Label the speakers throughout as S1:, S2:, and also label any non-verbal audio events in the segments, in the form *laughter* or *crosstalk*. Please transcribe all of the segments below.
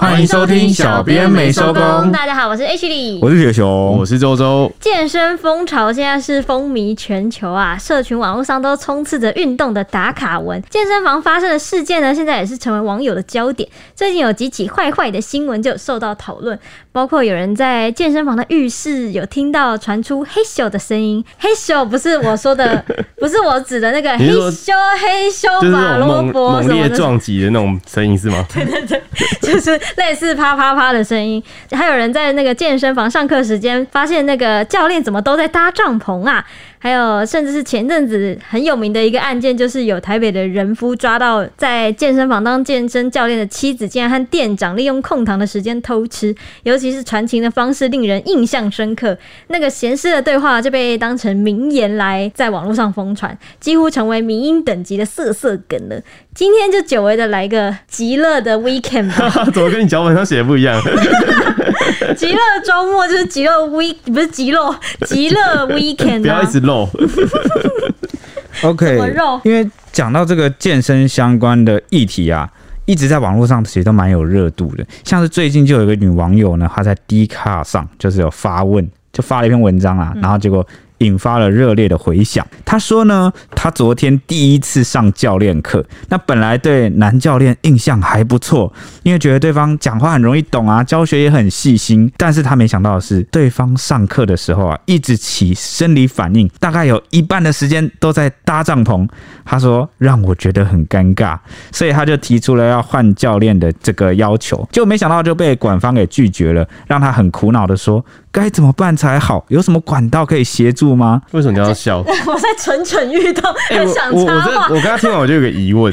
S1: 欢迎收听小编没收工
S2: 大家好，我是 H 李。
S3: 我是铁熊
S1: 我，是周周，
S2: 健身风潮现在是风靡全球啊，社群网络上都充斥着运动的打卡文。健身房发生的事件呢，现在也是成为网友的焦点。最近有几起坏坏的新闻就受到讨论，包括有人在健身房的浴室有听到传出嘿咻的声音。嘿咻不是我
S4: *laughs*
S2: 说的，不是我指的那个
S4: 你
S2: 嘿
S4: 是说
S2: 咻嘿
S4: 就
S2: 咻
S4: 是
S2: 马
S4: 那种
S2: 萝
S4: 猛
S2: 卜
S4: 猛
S2: 什么
S4: 烈
S2: 的。
S4: 撞击的那种声音是吗？
S2: 就是类似啪啪啪的声音。还有人在那个健身房上课时间，发现那个教练怎么都在搭帐篷啊？还有，甚至是前阵子很有名的一个案件，就是有台北的人夫抓到在健身房当健身教练的妻子，竟然和店长利用空堂的时间偷吃，尤其是传情的方式令人印象深刻。那个闲适的对话就被当成名言来在网络上疯传，几乎成为民音等级的色色梗了。今天就久违的来个极乐的 weekend 吧，
S4: 怎么跟你脚本上写的不一样？
S2: 极乐周末就是极乐 week，不是极乐，极乐
S4: *laughs*
S2: weekend
S4: 不要
S2: 啊
S4: 一。直漏。
S3: OK，
S2: 怎么肉
S3: 因为讲到这个健身相关的议题啊，一直在网络上其实都蛮有热度的。像是最近就有一个女网友呢，她在 d 卡上就是有发问，就发了一篇文章
S2: 嗯
S3: 啊，然后结果引发了热烈的回响。她说呢，她昨天第一次上教练课，那本来对男教练印象还不错，因为觉得对方讲话很容易懂啊，教学也很细心。但是他没想到的是，对方上课的时候啊，一直起生理反应，大概有一半的时间都在搭帐篷。他说让我觉得很尴尬，所以他就提出了要换教练的这个要求，就没想到就被管方给拒绝了，让他很苦恼的说该怎么办才好？有什么管道可以协助吗？
S4: 为什么你要笑？
S2: *laughs* 我在蠢蠢欲动，
S4: 哎
S2: 很
S4: 我
S2: 想
S4: 我
S2: 插
S4: 我这
S2: 话。
S4: 我刚刚听完我就有个疑问，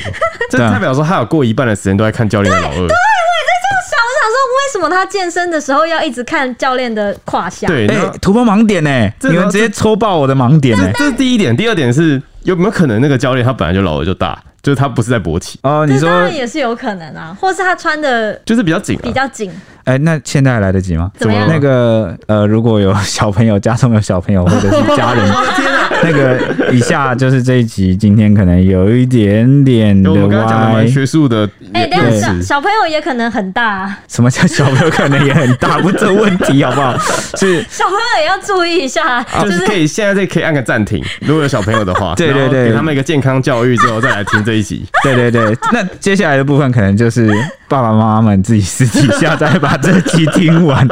S4: 这
S3: 对啊
S4: 代表说他有过一半的时间都在看教练的老二。
S2: 想我想说，为什么他健身的时候要一直看教练的胯下？
S4: 对，
S3: 哎、
S4: 那
S3: 突破盲点呢、
S4: 这
S3: 你们直接抽爆我的盲点呢、
S4: 这是第一点。第二点是有没有可能那个教练他本来就老二就大，就是他不是在勃起，
S3: 哦，你
S2: 这
S3: 说，
S2: 当然也是有可能啊，或是他穿的
S4: 就是比较紧
S2: 比
S4: 啊。
S2: 较紧，
S3: 哎、那现在还来得及吗？
S2: 怎么样
S4: 怎么？
S3: 那个呃，如果有小朋友家中有小朋友或者是
S4: *laughs*
S3: 家人，那个以下就是这一集今天可能有一点点
S4: 因
S3: 的
S4: 为我们刚刚讲的
S3: 歪
S4: 蛮。学术的
S2: 哎、
S4: 言
S2: 等一
S4: 论
S2: 下小
S4: 词，
S2: 小朋友也可能很大、啊，
S3: 什么叫小朋友可能也很大？不，这问题好
S4: *laughs*
S3: 不好？是
S2: 小朋友也要注意一下，
S4: 就
S2: 就是是
S4: 可以现在这可以按个暂
S2: *laughs*
S4: 停，如果有小朋友的话，
S3: 啊对对
S4: 然后
S3: 对
S4: 给他们一个健康教育之后再来听这一集。
S3: 对对对。那接下来的部分可能就是爸爸妈妈们自己私底下再把这集听
S4: *laughs*
S3: 完。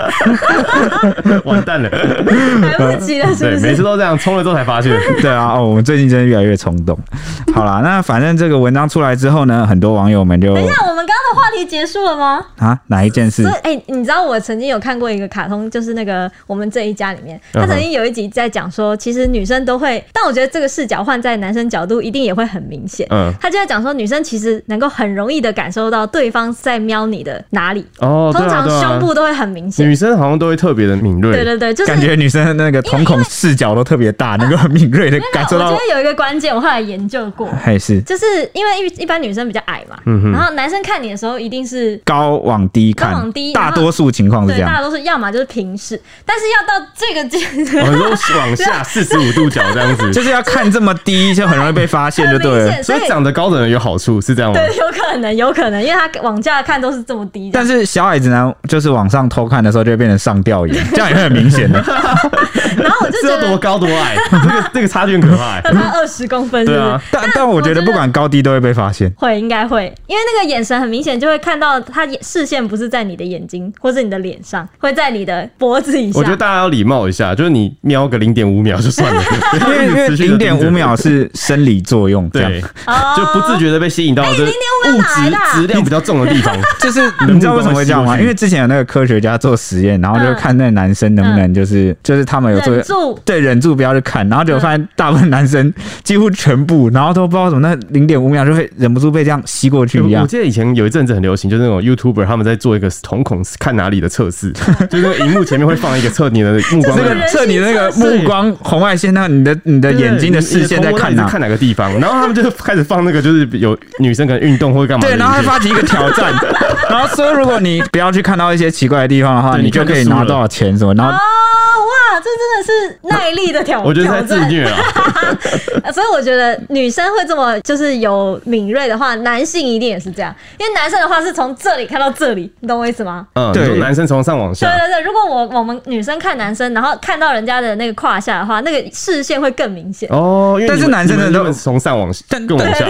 S4: 完
S2: *laughs*
S4: 蛋了，
S2: 来不及了，是
S4: 对
S2: 不，
S4: 每
S2: 是？
S4: 次都这样，冲了之后才发现。
S3: 对啊，哦，我们最近真的越来越冲动。好啦，那反正这个文章出来之后呢，很多网友们就
S2: 等一下，我们刚刚的话题结束了吗？
S3: 啊哪一件事
S2: 所以，哎、你知道我曾经有看过一个卡通，就是那个我们这一家里面，他曾经有一集在讲说，其实女生都会，但我觉得这个视角换在男生角度一定也会很明显。
S4: 嗯，
S2: 他就在讲说，女生其实能够很容易的感受到对方在瞄你的哪里，
S4: 哦，对
S2: 通
S4: 啊
S2: 常
S4: 对啊
S2: 胸部都会很明显。
S4: 女生好像都会特别的敏
S2: 对
S4: 锐，
S2: 对对，就是
S3: 感觉女生的那个瞳孔视角都特别大，能够很敏锐的感受
S2: 我
S3: 到
S2: 觉。得有一个关键，我后来研究过，
S3: 还是
S2: 就是因为一一般女生比较矮嘛，然后男生看你的时候一定是
S3: 高往低
S2: 高
S3: 看
S2: 往低，然
S3: 大
S2: 后
S3: 多数情况是
S2: 对，
S3: 这
S2: 大家
S3: 样。
S2: 都是要么就是平视，但是要到这个阶
S4: 我们都往
S2: 啊
S4: 下四十五度角这
S2: *laughs*
S4: 样
S3: 就
S4: 子，
S3: 是要看这么低，就很容易被发现，就
S2: 很
S3: 对
S2: 明
S3: 了
S2: 显，。
S4: 所以长得高的人有好处，是这样吗？
S2: *laughs* 对，有可能，有可能，因为他往下看都是这么低的。
S3: 但是小矮子男就是往上偷看的时候，就会变成上吊眼，这样也会很明显的。
S2: 然后我就是觉
S4: 要多
S2: 得
S4: 高多
S2: *laughs*
S4: 矮，这个这个差距很可怕。欸
S2: 他二十公分是不
S4: 对
S2: 是，
S4: 啊，
S3: 但但我觉得不管高低都会被发现。
S2: 会应该会，因为那个眼神很明显就会看到他眼视线不是在你的眼睛或是你的脸上，会在你的脖子以下。
S4: 我觉得大家要礼貌一下，就是你瞄个零点五秒就算了，
S3: *laughs* 因为因为
S4: 持续
S3: 零
S4: 地盯
S3: 点
S4: 着
S3: 五秒是生理作用，这
S4: *laughs*
S3: 样
S4: 对，
S2: 哦
S4: 就不自觉的被吸引
S2: 哎
S4: 到这物
S2: 0.5秒哪来的啊
S4: 质质量比较重的地方。
S3: 就是你知道为什么会这样
S4: 你的目光会吸过
S3: 吗？
S4: 去
S3: 因为之前有那个科学家做实验，然后就看那男生能不能就是、就是他们有做
S2: 忍住
S3: 对忍住不要去看，然后结果发现大部分男生几乎全部，然后都不知道怎么那零点五秒就会忍不住被这样吸过去一
S4: 我
S3: 样
S4: 我。记得以前有一阵子很流行，就是那种 YouTuber 他们在做一个瞳孔看哪里的测试， *laughs* 就是那个荧幕前面会放一个测你的目光在
S3: 那个
S4: 哪里。
S3: 测你的那个目光红外线，那你的你的眼睛的视线在看
S4: 你是
S3: 哪？
S4: 看哪个地方，然后他们就开始放那个，就是有女生可能运动或干嘛的
S3: 对，
S4: 影片。
S3: 然后会发起一个挑战，然后说如果你不要去看到一些奇怪的地方的话，
S4: 对
S3: 你
S4: 你
S3: 就
S4: 看就
S3: 可以
S4: 输
S3: 拿
S4: 了啊
S3: 多少钱什么，然后
S2: 哦，哇，这真的是耐力的挑
S4: 我觉得在
S2: 挑
S4: 自
S2: 战。
S4: 虐
S3: *laughs*
S4: 啊，
S2: *laughs* 所以我觉得女生会这么就是有敏锐的话，男性一定也是这样，因为男男生的话是从这里看到这里，你懂我意思吗？
S4: 嗯，
S3: 对
S4: 就男生从上往
S2: 对
S4: 下，
S2: 对对，如果我我们女生看男生，然后看到人家的那个胯下的话，那个视线会更明显。
S4: 哦，因啊为
S3: 但是
S4: 你们
S3: 男生的
S4: 你们
S3: 都
S4: 你们从上往下，
S3: 但
S4: 更往下，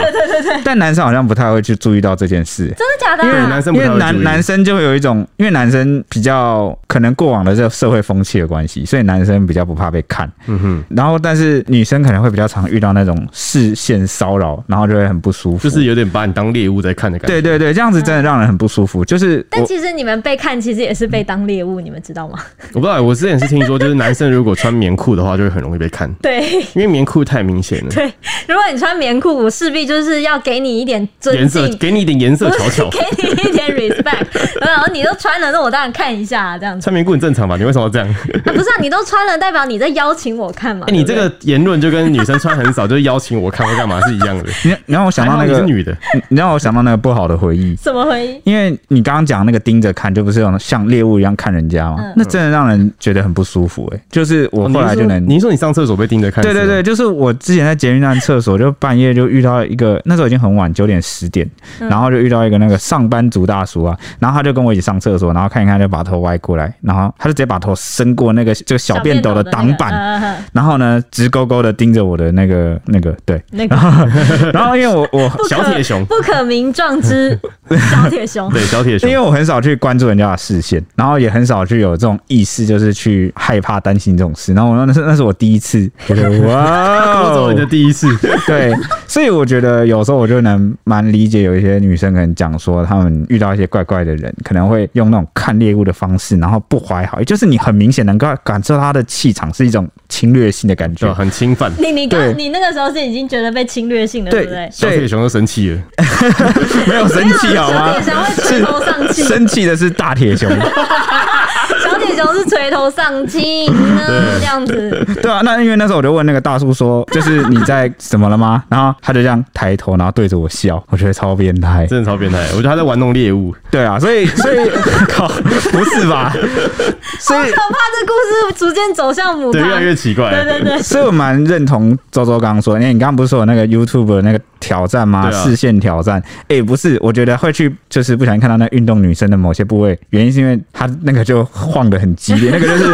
S3: 但男生好像不太会去注意到这件事，
S2: 真的假的、
S4: 因为
S2: 啊？
S4: 男生
S3: 因
S4: 不太
S3: 为
S4: 会注
S3: 男
S4: 意
S3: 男生就会有一种，因为男生比较可能过往的这个社会风气的关系，所以男生比较不怕被看。
S4: 嗯哼，
S3: 然后，但是女生可能会比较常遇到那种视线骚扰，然后就会很不舒服。
S4: 就是有点把你当猎物在看的感觉。
S3: 对对对，这样子真的让人很不舒
S4: 嗯
S3: 服。就是
S2: 但
S3: 我
S2: 其实你们被看，其实也是被当猎物，你们知道吗？ *laughs*
S4: 我不知道，我之前是听说，就是男生如果穿棉裤的话，就会很容易被看，
S2: 对，
S4: 因为棉裤太明显了，
S2: 如果你穿棉裤，我势必就是要给你一点尊
S4: 颜色
S2: 敬，
S4: 给你一点
S3: *laughs*
S4: 颜色瞧瞧。
S2: *laughs* 给你一点 respect。然后你都穿了，那我当然看一下、啊、这样子、
S4: 穿棉裤很正常吧？你为什么要这
S2: *laughs*
S4: 样？
S2: 啊不是啊，你都穿了，代表你在邀请我看嘛？
S4: 哎你
S2: 对
S4: 这
S2: 不对
S4: 个言论就跟女生穿很少，就是邀请我看或干嘛是一样的。
S3: 你你让我想到那
S4: 还好
S3: 个嗯
S4: 你是，女的，
S3: 你你让我想到那个不好的回忆。
S2: 什么回应？
S3: 因为你刚刚讲那个盯着看，就不是有像猎物一样看人家吗？
S2: 嗯
S3: 那真的让人觉得很不舒服哎、就是我
S4: 哦
S3: 后来就能
S4: 你是说你是说你上厕所被盯着看？
S3: 对对对，就是我之前在捷运站厕所，就半夜就遇到一个，那时候已经很晚，九点十点，
S2: 嗯
S3: 然后就遇到一个那个上班族大叔啊，然后他就跟我一起上厕所，然后看一看就把头歪过来，然后他就直接把头伸过那个这个小便斗的嗯挡板，
S2: 那个呃
S3: 然后呢直勾勾的盯着我的那个那个 *laughs* 对，
S2: *laughs* 那个
S3: 然后因为我我。
S2: 不可
S4: 小铁熊
S2: 不可名状之小铁熊。
S4: 对，小铁
S3: 因
S4: 熊
S3: 为我很少去关注人家的视线，然后也很少去有这种意识，就是去害怕、担心这种事。然后我那是那是我第一次，我觉得哇哦，
S4: 欧洲人的第一
S3: *laughs*
S4: 次。
S3: 对，所以我觉得有时候我就能蛮理解有一些女生可能讲说，她们遇到一些怪怪的人，可能会用那种看猎物的方式，然后不怀好意，就是你很明显能够感受她的气场是一种侵略性的感
S4: 对，
S3: 觉。
S4: 很侵犯。
S2: 你你
S3: 对
S2: 刚你那个时候是已经觉得被侵略性了，对不对？
S4: 小铁熊都生气了，
S3: 没有生气好吗
S2: *laughs* 小？铁熊会垂头丧气，
S3: 生气的是大铁熊，
S2: 小铁熊是垂头丧气呢，这样子。
S3: 对啊，那因为那时候我就问那个大叔说，就是你在怎么了吗？然后他就这样抬头，然后对着我笑，我觉得超变态。
S4: 真的超变态。我觉得他在玩弄猎物，
S3: 对啊，所以所 *laughs* 以靠，不是吧？所以
S2: 可怕，这故事逐渐走向母
S4: 对，
S2: 汤
S4: 越来。越奇怪。
S2: 对对对，
S3: *laughs* 所以我蛮认同周周刚刚说，因为你刚刚不是说有那个 YouTube 的那个挑战吗？
S4: 对啊
S3: 视线挑战，哎、不是，我觉得会去就是不小心看到那运动女生的某些部位，原因是因为她那个就晃得很激烈，那个就是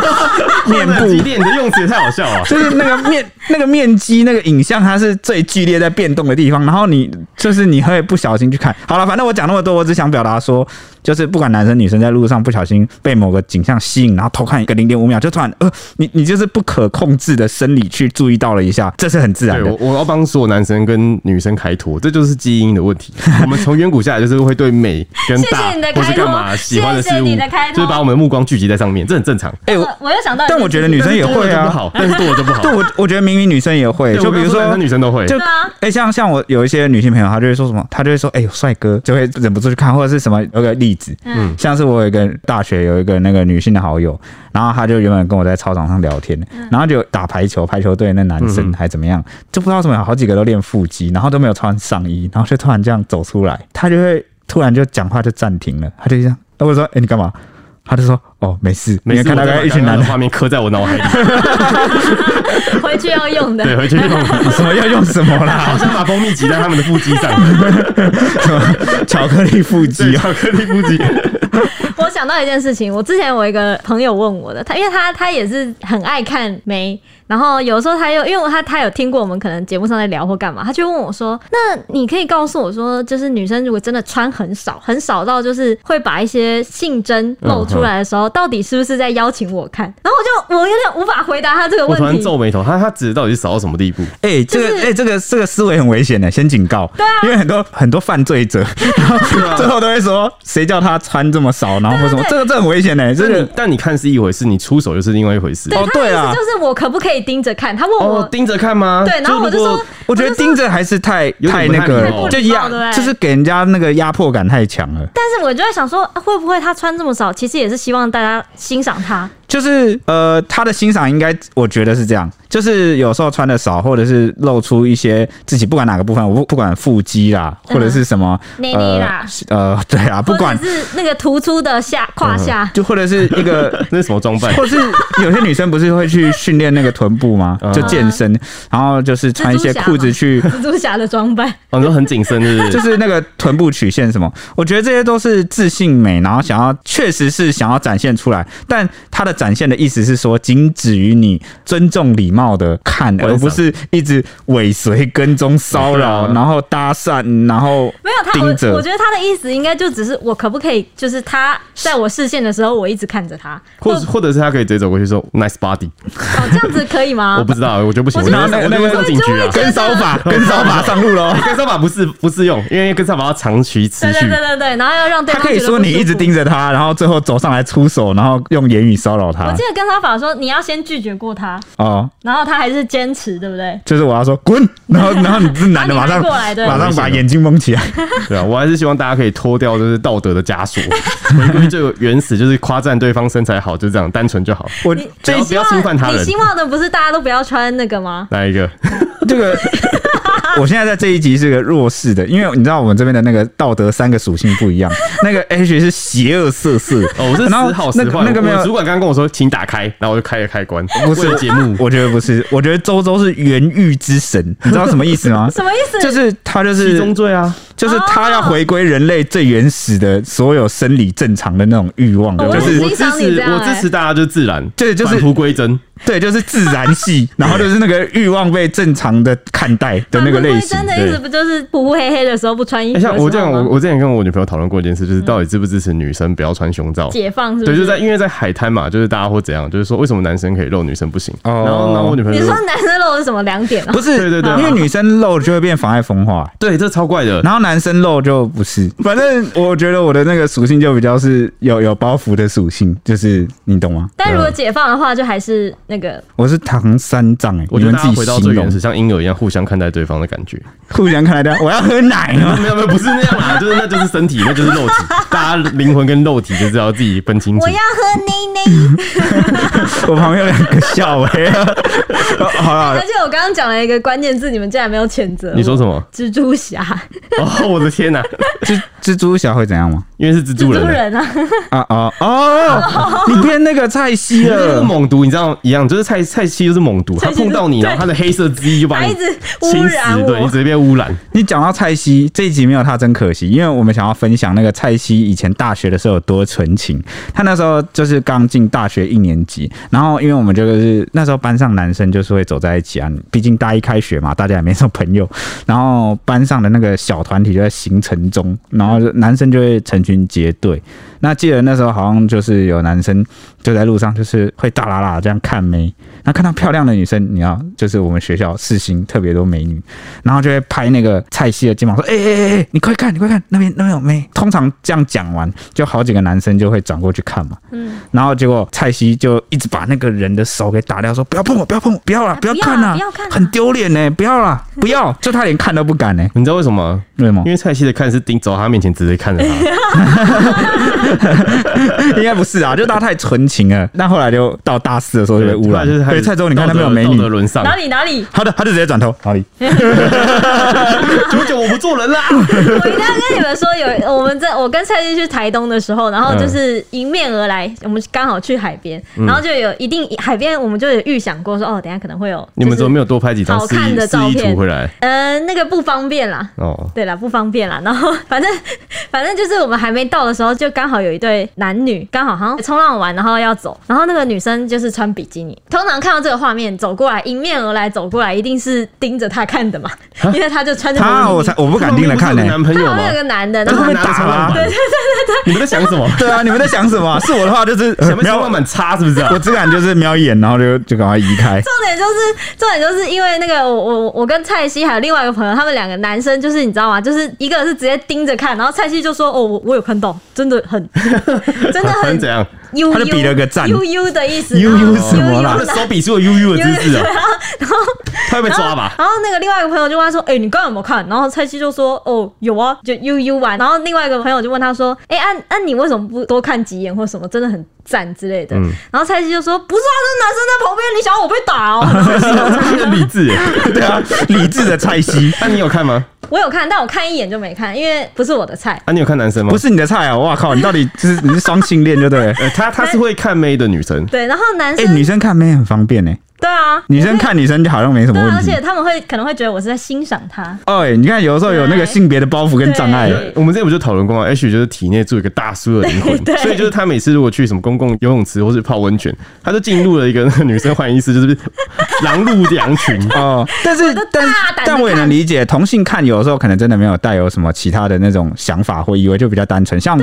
S3: 面
S4: 哇这几
S3: 部。
S4: 点你的用词也太好笑了。
S3: 就是那个面那个面积那个影像，它是最剧烈在变动的地方。然后你就是你会不小心去看。好了，反正我讲那么多，我只想表达说，就是不管男生女生在路上不小心被某个景象吸引，然后偷看一个零点五秒，就突然呃，你你就是不可控制的生理去注意到了一下，这是很自然
S4: 对
S3: 的
S4: 我，。我要帮所有男生跟女生开脱，这就是基因的问题。 *laughs* 我们从远古下来就是会对美跟大
S2: 谢谢你的
S4: 或
S2: 开
S4: 是
S2: 脱
S4: 干嘛喜欢的事
S2: 谢谢
S4: 物
S2: 你的开，脱
S4: 就是把我们的目光聚集在上面，这很正常。
S3: 哎、我
S2: 我我又想到一件事情，
S3: 但我觉得女生也
S4: 多
S3: 会
S4: 了就不
S3: 啊，
S4: 好，但是多了就不好。
S3: *laughs* 对我我觉得明明女生也会，
S4: 对
S3: 就
S4: 我
S3: 比
S4: 刚
S3: 如
S4: 男
S3: 说
S4: 生。女生都会，
S3: 就
S2: 对啊
S3: 哎、像像我有一些女性朋友，她就会说什么，她就会说，哎、有帅哥，就会忍不住去看，或者是什么有个例子，
S2: 嗯
S3: 像是我有一个大学有一个那个女性的好友，然后她就原本跟我在操场上聊天，然后就打排球，排球队那男生还怎么样，就不知道怎么有好几个都练腹肌，然后都没有穿上衣，然后就突然这样走出来，她就会突然就讲话就暂停了，她就这样，那我说，哎、你干嘛？她就说，哦，没事，
S4: 每
S3: 你
S4: 次
S3: 看
S4: 我
S3: 到
S4: 都把
S3: 一群
S4: 刚刚
S3: 男
S4: 的
S3: 的，
S4: 画面刻在我脑海里，
S3: 嗯
S2: 回去要用的。
S4: 对，回去用。
S3: 什么要用什么啦
S4: *laughs* 好，像把蜂蜜挤在他们的腹肌上，
S3: 什么巧克力腹
S4: 对，
S3: 肌啊，
S4: 巧克力腹肌，
S2: *laughs* 我想到一件事情，我之前我一个朋友问我的，他因为他他也是很爱看梅，然后有时候他又因为他他有听过我们可能节目上在聊或干嘛，他就问我说：“那你可以告诉我说，就是女生如果真的穿很少，很少到就是会把一些性征露出来的时候，到底是不是在邀请我看？”然后我就我有点无法回答他这个
S4: 我
S2: 问
S4: 突然
S2: 题。
S4: 皱眉头，他他指的到底是少到什么地步？
S3: 哎、这个
S2: 就是
S3: 哎、这个这个思维很危险的，先警告。对啊，因为很多很多犯
S2: *laughs*
S3: 罪者，然
S4: 啊
S3: 后最后都会说，谁叫他穿这么少，然后或什么，这个这很危险的，这
S4: 但
S3: 个
S4: 你但你看是一回事，你出手又是另外一回事。
S2: 对，
S3: 哦
S2: 他的
S3: 对
S2: 意
S3: 啊
S2: 思就是我可不可以盯着看？他问我，
S4: 哦，盯着看吗？
S2: 对，然后我就
S4: 如
S2: 说嗯
S4: 果，
S3: 我觉得盯着还是太
S4: 有点
S3: 太
S4: 不太
S3: 那个
S4: 礼貌
S3: 了，就压
S2: 对不对
S3: 就是给人家那个压迫感太强了。
S2: 但是我就在想说，啊会不会他穿这么少，其实也是希望大家欣赏他？
S3: 就是呃，他的欣赏应该我觉得是这样，就是有时候穿的少，或者是露出一些自己不管哪个部分，我不不管腹肌啦，
S2: 嗯
S3: 或者是什么、
S2: 内
S3: 呃
S2: 力啦，
S3: 呃，对啊，不管
S2: 或者是那个突出的下胯下，
S3: 就或者是一个
S4: 那是什么装扮？
S3: 或是有些女生不是会去训练那个臀部吗
S4: *laughs* 嗯？
S3: 就健身，然后就是穿一些裤
S2: *laughs*
S3: 子去，
S2: 蜘蛛侠的装扮，
S4: 哦，你说很紧身，是不？
S3: *laughs* 就是是那个臀部曲线什么。我觉得这些都是自信美，然后想要确实是想要展现出来，但它的展现的意思是说，仅止于你尊重礼貌的看，
S4: 观赏
S3: 而不是一直尾随、跟踪、骚
S4: 对啊
S3: 扰，然后搭讪，然后
S2: 没有他，
S3: 盯
S2: 我我
S3: 着
S2: 觉。得他的意思应该就只是我可不可以，就是他在我视线的时候，我一直看着他，
S4: 或者或者是他可以直接走过去说 “nice body”，
S2: 哦这样子可以吗
S4: *laughs*
S3: 啊
S4: 我？不知道，我觉得不行，
S2: 我
S4: 我
S2: 觉
S4: 觉
S2: 得
S4: 得我觉得会上警局啊
S2: 我觉得会。
S3: 跟骚法，跟骚法上路
S2: *laughs*
S3: 喽！
S4: *laughs* 跟上法不适不适用，因为跟上法要长期持
S2: 对对
S4: 续
S2: 对。对对，然后要让对
S3: 他
S2: 方
S3: 可以
S2: 觉得不
S3: 说你一
S2: 舒
S3: 直
S2: 服
S3: 盯着他，然后最后走上来出手，然后用言语骚扰他
S2: 我记。得跟他法说，你要先拒绝过他，
S3: 哦，
S2: 然后他还是坚持，对不对？
S3: 就是我要说滚，然
S2: *laughs*
S3: 后然后你这男的马
S2: 然后
S3: 上
S2: 你还过来对
S3: 马上把眼睛蒙起来，
S4: 对啊，我还是希望大家可以脱掉就是道德的枷锁， *laughs* 回归最原始，就是夸赞对方身材好，就这样单纯就好。
S3: 我
S2: 你
S4: 这一
S2: 你
S4: 不
S2: 希
S4: 要
S2: 望
S4: 侵犯他人
S2: 你希望的不是大家都不要穿那个吗？
S4: 哪一个？
S3: 这个。
S2: *laughs*
S3: 我现在在这一集是个弱势的，因为你知道我们这边的那个道德三个属性不一样，那个 H 是邪恶色色，
S4: 哦，我是时
S3: 然后
S4: 好时
S3: 那个
S4: 坏。
S3: 那个没
S4: 我
S3: 有
S4: 主管刚刚跟我说，请打开，然后我就开了开关。
S3: 不是
S4: 为了节目，
S3: *laughs* 我觉得不是，我觉得周周是原欲之神，你知道什么意
S2: *laughs*
S3: 思吗？
S2: 什么意思？
S3: 就是他就
S4: 七
S3: 是
S4: 宗罪啊，
S3: 就是他要回归人类最原始的所有生理正常的那种欲望
S2: 哦
S3: 的，
S2: 我
S3: 就
S2: 也
S3: 是
S4: 我支
S2: 欣赏你
S4: 持
S2: 这样
S4: 我
S2: 欸
S4: 支持大家就自然，
S3: 对哎就是
S4: 返璞归真。
S3: 对，就是自然 *laughs* 系，然后就是那个欲望被正常的看待的那个类型
S2: 反。正
S4: 对
S2: 的意思不就是普普黑黑的时候不穿衣服
S4: 哎，
S2: 的
S4: 像
S2: 时候吗？
S4: 我这样，我我之前跟我女朋友讨论过一件事，就是到底支不支持女生不要穿胸
S3: 嗯
S4: 罩？
S2: 解放是不
S4: 对，
S2: 是？
S4: 就在因为在海滩嘛，就是大家会怎样，就是说为什么男生可以露，女生不行？
S3: 哦
S4: 然后，然后我女朋
S2: 你
S4: 友就
S2: 说男生露是什么两点啊？
S3: 不是，
S4: 对对对
S3: 因为女生露就会变妨碍风化，
S4: 对，这超怪的。
S3: 然后男生露就不是。反正我觉得我的那个属性就比较是有有包袱的属性，就是你懂吗？
S2: 但如果解放的话，就还是那
S4: 嗯
S2: 个
S3: 我是唐三藏哎、
S4: 我
S3: 你
S4: 觉得
S3: 们
S4: 大
S3: 自
S4: 家
S3: 己
S4: 回到
S3: 形
S4: 最原
S3: 容
S4: 始，，像婴儿一样互相看待对方的感觉。
S3: 互相看来的，我要喝奶哦呢。 *laughs*
S4: 没有没有，不是那样啦，就是那就是身体，那就是肉
S2: *laughs*
S4: 体，大家灵魂跟肉体就知道自己分清楚
S2: 我。要喝奶
S4: 嗯
S2: 奶。
S3: 我旁边有两个笑哎、 *laughs* 好了 *laughs*
S2: 而，且我刚刚讲了一个关键字，你们竟然没有谴责我。
S4: 你说
S2: *laughs*
S4: 什么？
S2: 蜘蛛侠、
S4: 哦，我的天哪、
S3: *laughs* 蜘蜘蛛侠会怎样吗？
S4: 因为是蜘
S2: 蜘
S4: 蛛人
S2: 蛛
S4: 啊。
S2: 人啊，
S3: 啊哦 *laughs* 哦，你变那个蔡西
S4: 你知道那个
S3: 了。
S4: 猛毒，你知道一样，就是蔡蔡西就是猛毒，他
S2: 蔡西
S4: 碰到你，然后他的黑色之翼就把
S2: 他
S4: 你
S2: 一直污
S4: 侵
S2: 染
S4: 蚀，对你
S2: 我。
S4: 直接被污染。
S3: 你讲到蔡西这一集没有他真可惜，因为我们想要分享那个蔡西以前大学的时候有多纯情。他那时候就是刚进大学一年级，然后因为我们就是那时候班上男生就是会走在一起啊，毕竟大一开学嘛，大家也没什么朋友，然后班上的那个小团体就在形成中，然后就男生就会成群结队。那记得那时候好像就是有男生就在路上就是会大喇喇这样看妹，然后看到漂亮的女生，你知道，就是我们学校世新特别多美女，然后就会拍那个蔡西的肩膀说：“哎哎哎哎，你快看，你快看，那边那边有妹。”通常这样讲完，就好几个男生就会转过去看嘛。
S2: 嗯，
S3: 然后结果蔡西就一直把那个人的手给打掉，说：“不要碰我，不要碰我，不要啦，
S2: 不
S3: 不
S2: 要
S3: 要
S2: 啊
S3: 看啦，
S2: 不要看啊
S3: 很丢脸呢，不要啦，不要。”就他连看都不敢呢、
S4: 你知道为什么吗？
S3: 为什么
S4: 因？为蔡西的看是盯走到他面前直接看着他，
S3: *laughs* 应该不是啊，就他太纯情了。那后来就到大四的时候就被污
S4: 突
S3: 染
S4: 然就是。开
S3: 对，
S4: 始
S3: 蔡州，你看
S4: 道
S3: 那
S4: 德
S3: 边有美
S4: 道德
S3: 女。
S4: 沦丧，
S2: 哪里哪里，
S3: 好的，他就直接转头，好里？
S4: 九九我不做人啦。
S2: 我一定要跟你们说，有我们在我跟蔡进去台东的时候，然后
S4: 嗯
S2: 就是迎面而来，我们刚好去海边，然后就有一定海边，我们就有预想过说，哦，等一下可能会有，
S4: *laughs* 你们怎么没
S2: 有？
S4: 有多拍几张
S2: 好
S4: 示
S2: 看
S4: 意
S2: 的
S4: 示
S2: 照
S4: 意
S2: 片
S4: 图回来？
S2: 呃，那个不方便啦。
S4: 哦，
S2: 对啦，不方便啦。然 *laughs* 后反正反正就是我们还没到的时候，就刚好有一对男女，刚好好像冲浪完，然后要走，然后那个女生就是穿比基尼。通常看到这个画面走过来，迎面而来走过来，一定是盯着他看的嘛，因为他就穿着比基
S3: 他
S2: 尼
S3: 啊我才我哎不敢盯着看呢、
S4: 你男朋
S2: 他
S4: 友吗
S2: 旁边？有个男的，
S4: 但
S2: 然
S4: 是他
S2: 后
S3: 他被
S4: 拿着
S3: 打
S4: 冲浪
S3: 了
S4: 板，对对对 *laughs* 对，你们在想什么？
S3: 对啊，你们在想
S4: *laughs*
S3: 什么？是我的话就是呃
S4: 想被
S3: 瞄
S4: 冲浪板插是不是啊？
S3: 我只敢就是瞄一眼，然后就就赶快移开。
S2: 重点就是，重点就是因为那个我我我跟蔡西还有另外一个朋友，他们两个男生就是你知道吗？就是一个是直接盯着看，然后蔡西就说：“哦，我我有看到，真的很，真的
S4: 很
S2: 很
S4: 怎样？
S2: 悠悠，
S3: 他就比了个赞
S2: 悠悠的意思，
S3: 悠悠
S2: 然后
S3: 什么
S2: 悠悠
S3: 啦
S4: 他的手比是有悠悠的姿势啊！
S2: 然后
S4: 他会被抓吧？
S2: 然后那个另外一个朋友就问他说：“哎、你刚刚有没有看？”然后蔡希就说：“哦，有啊，就 U U 玩。”然后另外一个朋友就问他说：“哎、按、按、你为什么不多看几眼或什么？真的很赞之类的。
S4: 嗯
S2: 然后蔡希就说：“不是啊，这男生在旁边，你想要我
S4: *laughs*
S2: 被打哦 *laughs*
S4: 很理智耶。 *laughs*
S3: 对啊，理智的蔡西
S4: 那你有看吗？？”
S2: 我有看，但我看一眼就没看，因为不是我的菜。
S4: 啊，你有看男生吗？
S3: 不，是你的菜啊！哇靠，你到底就是你是双性恋对不对？
S4: *laughs* 呃，她她是会看妹的女生。
S2: 对，然后男
S3: 哎、
S2: 生、
S3: 女生看妹很方便呢、
S2: 对啊，
S3: 女生看女生就好像没什
S2: 对
S3: 么
S2: 啊，
S3: 问
S2: 而
S3: 题
S2: 且。他们会可能会觉得我是在欣赏他。
S3: 哦、你看有的时候有那个性别的包袱跟障碍
S2: 对，对
S4: 哎我们之前不就讨论过吗？H 就是体内住一个大叔的灵魂
S2: *laughs* 对，对
S4: 所以就是他每次如果去什么公共游泳池或是泡温泉，他就进入了一个女生换衣室，
S2: *laughs*
S4: 就是狼入羊群。
S3: *laughs* 哦，但是
S2: 都大
S3: 但
S2: 胆地
S3: 但我也能理解，同性看有的时候可能真的没有带有什么其他的那种想法或意味，就比较单纯。像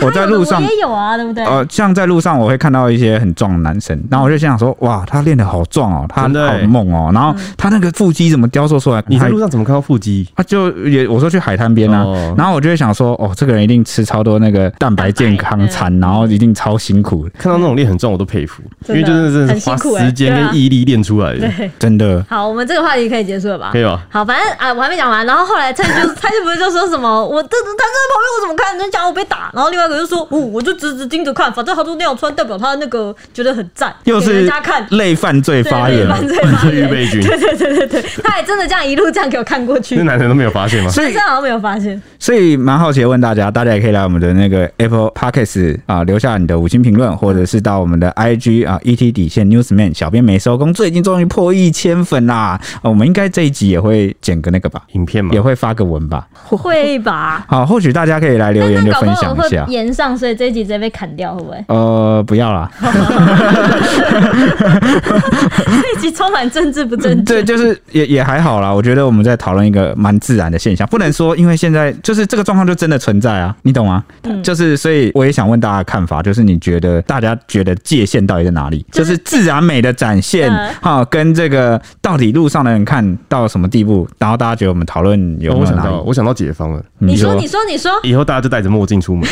S3: 我
S2: 啊
S3: 在
S2: 他有的
S3: 路
S2: *laughs*
S3: 上
S2: 我，也有啊，对不对？
S3: 呃，像在路上我会看到一些很壮的男生，然后我就心想说，哇，他练得好壮哦，他
S4: 真的
S3: 好
S4: 欸
S3: 猛哦，然后
S2: 嗯
S3: 他那个腹肌怎么雕塑出来？
S4: 你在
S3: 还
S4: 路上怎么看到腹肌？
S3: 啊，就也我说去海滩边啊，
S4: 哦
S3: 然后我就会想说，哦，这个人一定吃超多那个蛋白健康餐，然后一定超辛苦，
S4: 看到那种练很重，我都佩服，因为
S2: 真的
S4: 真的真的
S2: 很
S4: 是
S2: 辛
S4: 花
S2: 苦欸
S4: 时间
S2: 对啊
S4: 跟毅力练出来的，
S3: 真的。
S2: 好，我们这个话题可以结束了吧？
S4: 可以吧？
S2: 好，反正啊，我还没讲完。然后后来蔡就蔡就不是就说什么，我这他在旁边我怎么看？你讲我被打。然后另外一个就说，哦，我就直直盯着看，反正他都那样穿，代表他那个觉得很赞，
S3: 又
S2: 给
S3: 是
S2: 人家看。
S3: 类犯罪
S2: 对
S3: 发
S2: 对
S3: 言，
S2: 犯罪发
S4: 预
S2: 言，
S4: 备军，
S2: 对对对对对，他还真的这样一路这样给我看过去
S4: 那，男人都没有发
S2: *laughs*
S4: 现吗？
S3: 所
S2: 但
S3: 以
S2: 是好像没有发现。
S3: 所以蛮好奇的问大家，大家也可以来我们的那个 Apple Podcast 啊、留下你的五星评论，或者是到我们的 IG 啊、ET 底线 Newsman 小编没收工，最近终于破一千粉啦、呃我们应该这一集也会剪个那个吧，
S4: 影片嘛
S3: 也，会发个文吧。
S2: 会吧？
S3: 好，或许大家可以来留言
S2: 那
S3: 就
S2: 搞不
S3: 分
S2: 好
S3: 享
S2: 会
S3: 一下。？
S2: 延上，所以这一集直接被砍掉，会不会
S3: 呃，不要啦，
S2: 这一集充满政治不正确。
S3: 对，就是也也还好啦。我觉得我们在讨论一个蛮自然的现象，不能说因为现在就是这个状况就真的存在啊，你懂吗？就是所以我也想问大家的看法，就是你觉得大家觉得界限到底在哪里？
S2: 就
S3: 就是是自然美的展现
S2: 嗯
S3: 哈、跟这个到底路上的人看到什么地步，然后大家觉得我们讨论有
S4: 哦我
S3: 没有
S4: 想
S3: 哪
S4: 到，
S3: 里？嗯
S4: 我想到解放了，
S2: 你说，你说，你说，
S4: 以后大家就戴着墨镜出
S2: 啊
S4: 门，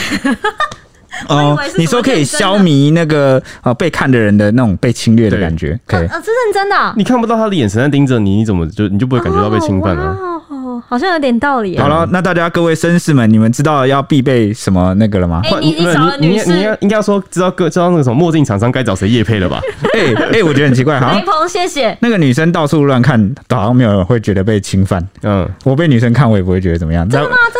S2: 我以
S3: 哦
S2: 为是，
S3: 你说可以消弭那个呃被看的人的那种被侵略的感觉，可
S2: *laughs*
S3: 以
S2: 啊，是认真的哦。
S4: 你看不到他的眼神在盯着你，你怎么就你就不会感觉到被侵犯啊了？
S2: 哦哇哦，好像有点道理耶。啊
S3: 好了，那大家各位绅士们，你们知道要必备什么那个了吗？
S2: 哎
S4: 换
S2: 你你找了
S4: 你
S2: 女
S4: 你
S2: 士
S4: 你应该应该说知道各知道那个什么墨镜厂商该找谁叶配了
S2: *laughs*
S4: 吧？
S3: 哎哎、我觉得很奇怪，好像
S2: 雷鹏，谢谢。
S3: 那个女生到处乱看，好像没有人会觉得被侵犯。
S4: 嗯，
S3: 我被女生看，我也不会觉得怎么样。真的吗？真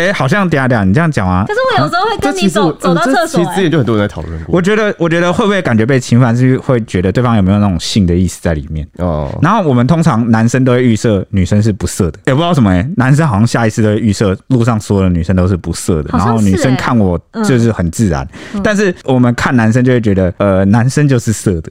S3: 的吗？哎、好像等一下等一下，你这样讲啊
S2: 可，是我有时候会
S4: 这
S2: 跟你
S4: 其实
S2: 走
S4: 我嗯
S2: 走到
S4: 这
S2: 厕所
S4: 其实之
S2: 欸，
S4: 前就很多人在讨论过
S3: 我觉得，我觉得会不会感觉被侵犯，是会觉得对方有没有那种性的意思在里面。
S4: 哦。
S3: 然后我们通常男生都会预设女生是不色
S2: 嗯
S3: 的，也、不知道什么哎、男生好像下意识都会预设路上所有的女生都是不色的，
S2: 好
S3: 然
S2: 像
S3: 后
S2: 是
S3: 女生
S2: 欸嗯
S3: 看我就是很自然，但是我们看男生就会觉得，呃，男生就是
S2: *laughs*
S3: 色的，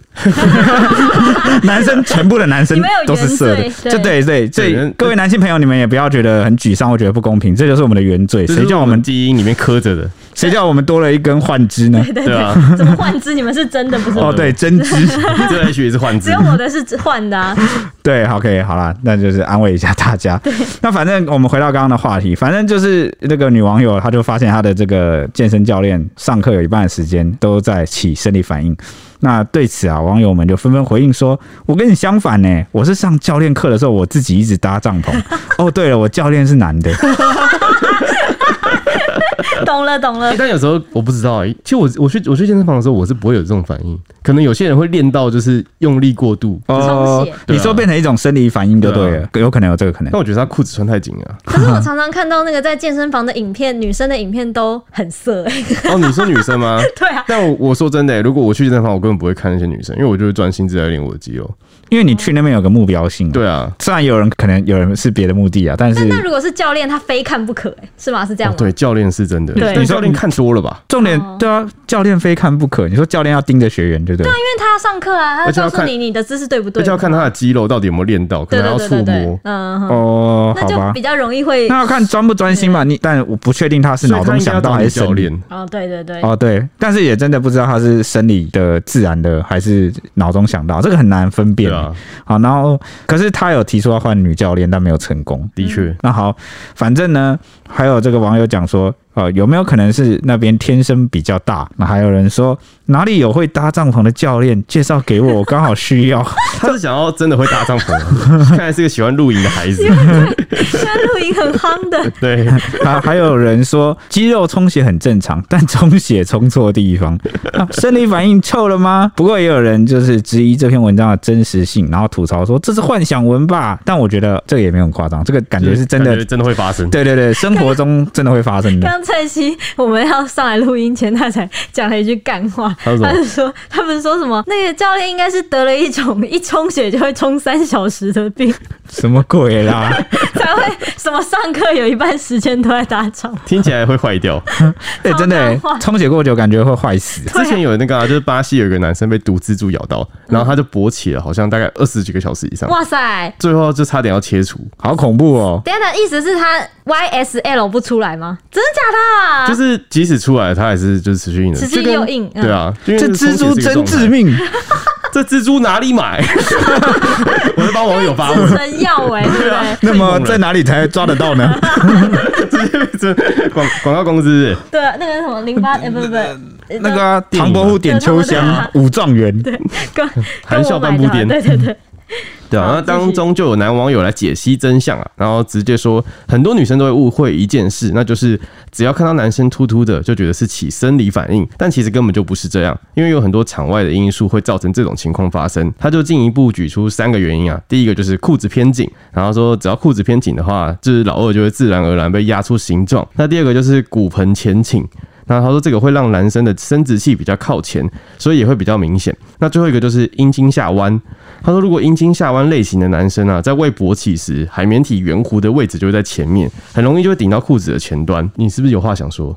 S3: 男生全部的男生
S2: 你们有
S3: 都是色的
S2: 原，罪
S3: 就对对，所以
S4: 对
S3: 各位男性朋友，你们也不要觉得很沮丧，或觉得不公平，这就是我们的原罪，
S4: 这是
S3: 谁叫我们
S4: 基因里面刻着的？
S3: 谁叫我们多了一根幻肢呢？
S2: *laughs* 对
S4: 对啊，
S2: 怎么换之？你们是真的
S4: *laughs*
S2: 不是？
S3: 哦，对，针织，
S4: 这 H 也是幻肢
S2: 只有。我的是换的啊。
S3: 对，OK，好啦，那就是安慰一下大
S2: *laughs*
S3: 家。那反正我们回到刚刚的话题，反正就是那个女网友，她就发现她的这个健身教练上课有一半的时间都在起生理反应。那对此啊，网友们就纷纷回应说：“我跟你相反呢、我是上教练课的时候，我自己一直搭帐篷。 *laughs* 哦，对了，我教练是
S2: *laughs*
S3: 男的。
S2: 懂了，懂了
S4: 欸。但有时候我不知道、欸，其实我我去我去健身房的时候，我是不会有这种反应。可能有些人会练到就是用力过度，
S2: 充血
S3: 哦你说变成一种生理反应就对了，有可能有这个可能
S4: 但。我觉得他裤子穿太紧 *laughs* 了、啊
S2: 可是我常常看到那个在健身房的影片，女生的影片都很色欸。
S4: 哦，你说女生 *laughs* 吗？
S2: *laughs* 对啊，
S4: 但我我说真的、欸，如果我去健身房，我根本不会看那些女生，因为我就会专心致在练我的肌肉。
S3: 因为你去那边有个目标性。，
S4: *laughs* 对啊，
S3: 虽然有人可能有人是别的目的啊，但是
S2: 但那如果是教练，他非看不可，哎，是吗？是这样
S4: 哦
S2: 吗？
S4: 对，教练是真的。
S2: 对
S4: 但教练看多了吧？
S3: 重点
S2: 哦
S3: 对啊，教练非看不可。你说教练要盯着学员，对不对？
S2: 因为他要上课啊，他
S4: 而且
S2: 告
S4: 要
S2: 诉
S4: 看
S2: 你你的姿势对不对
S4: 那就。要看他的肌肉到底有没有练到，可
S2: 对
S4: 能还
S2: 对
S4: 要
S2: 对
S4: 触
S2: 对
S4: 摸
S2: 对，。嗯，哼
S3: 哦，
S2: 那
S3: 好
S2: 就
S3: 吧
S2: 比，较容易会
S3: 那要看专不专心嘛。你但我不确定他是
S4: 所
S3: 脑
S4: 以他
S3: 中
S4: 应该
S3: 想
S4: 要
S3: 到
S4: 找
S3: 还
S4: 你
S3: 是
S4: 教
S3: 生理。
S4: 练。
S2: 哦，对对 *laughs* 对，
S3: 哦，对，但是也真的不知道他是生理的、自然的，还是脑中想到，这个很难分辨
S4: 对。啊，
S3: 好，然后可是他有提出要换女教练，但没有成功。
S2: 嗯
S4: 的确，
S3: 那好，反正呢，还有这个网友讲说，呃，有没有可能是那边天生比较大？那还有人说哪里有会搭帐篷的教练介绍给我，我刚好需要。
S4: 他是想要真的会搭帐篷啊， *laughs* 看来是个喜欢露营的孩子。
S2: 现在露营很夯的，
S4: 对，
S3: 还还有人说肌肉充血很正常，但充血充错地方、啊生理反应臭了吗？不过也有人就是质疑这篇文章的真实性，然后吐槽说这是幻想文吧。但我觉得这个也没有很夸张，这个感觉是真
S4: 感觉
S3: 的。
S4: 真的会发生。
S3: 对对对，生活中真的会发
S4: 嗯
S3: 生的
S4: *laughs*
S2: 刚。刚蔡西我们要上来录音前，他才讲了一句干话，
S4: 他说什么
S2: 他是说他们说什么那个教练应该是得了一种一充血就会充三小时的病， *laughs*
S3: 什么鬼啊啦？
S4: *laughs*
S2: 才会什么上课有一半时间都在打场。
S4: 听起来会坏掉。
S3: 哎、真的、欸
S2: 超大话，
S3: 充血过久感觉会坏死。
S4: 之前有那个、啊，就是巴西有一个男生被毒蜘蛛咬到，然后他就勃起了，好像大概二十几个小时以上，
S2: 嗯哇塞！
S4: 最后就差点要切除。
S3: 好恐怖哦！
S2: 等一下的意思是他 YSL 不出来吗？真的假的啊？
S4: 就是即使出来了，他还是就是持续硬的，
S2: 持续
S4: 就跟
S2: 又硬嗯
S4: 对啊，因为
S3: 这
S4: 充血是
S3: 蜘
S4: 一
S3: 蛛
S4: 个
S3: 真
S4: 状态
S3: 致，命，
S4: 这蜘蛛哪里
S2: *laughs*
S4: 买？我就帮网友发啊
S2: 制
S4: 问，
S2: 成药
S4: *laughs*
S2: 哎、 *laughs* 对不对？
S3: 那么在哪里才抓得到呢？
S4: 这广广告公司
S2: 对，那个什么淋巴，哎、不
S4: *laughs*
S2: 不不，呃
S3: 那个啊
S4: *laughs* 电影啊
S3: 唐伯虎点秋香五状元，
S2: 跟
S4: 含
S2: 跟我
S4: 笑半
S2: 买
S4: 步
S2: 的啊
S4: 癫
S2: 对对对，
S4: 对啊，
S2: 好
S4: 那
S2: 继
S4: 当
S2: 续
S4: 中就有男网友来解析真相啊，然后直接说，很多女生都会误会一件事，那就是只要看到男生秃秃的，就觉得是起生理反应，但其实根本就不是这样，因为有很多场外的因素会造成这种情况发生。他就进一步举出三个原因啊，第一个就是裤子偏紧，然后说只要裤子偏紧的话，就是老二就会自然而然被压出形状。那第二个就是骨盆前倾。那他说这个会让男生的生殖器比较靠前，所以也会比较明显。那最后一个就是阴茎下弯，他说，如果阴茎下弯类型的男生啊，在未勃起时，海绵体圆弧的位置就会在前面，很容易就会顶到裤子的前端。你是不是有话想说？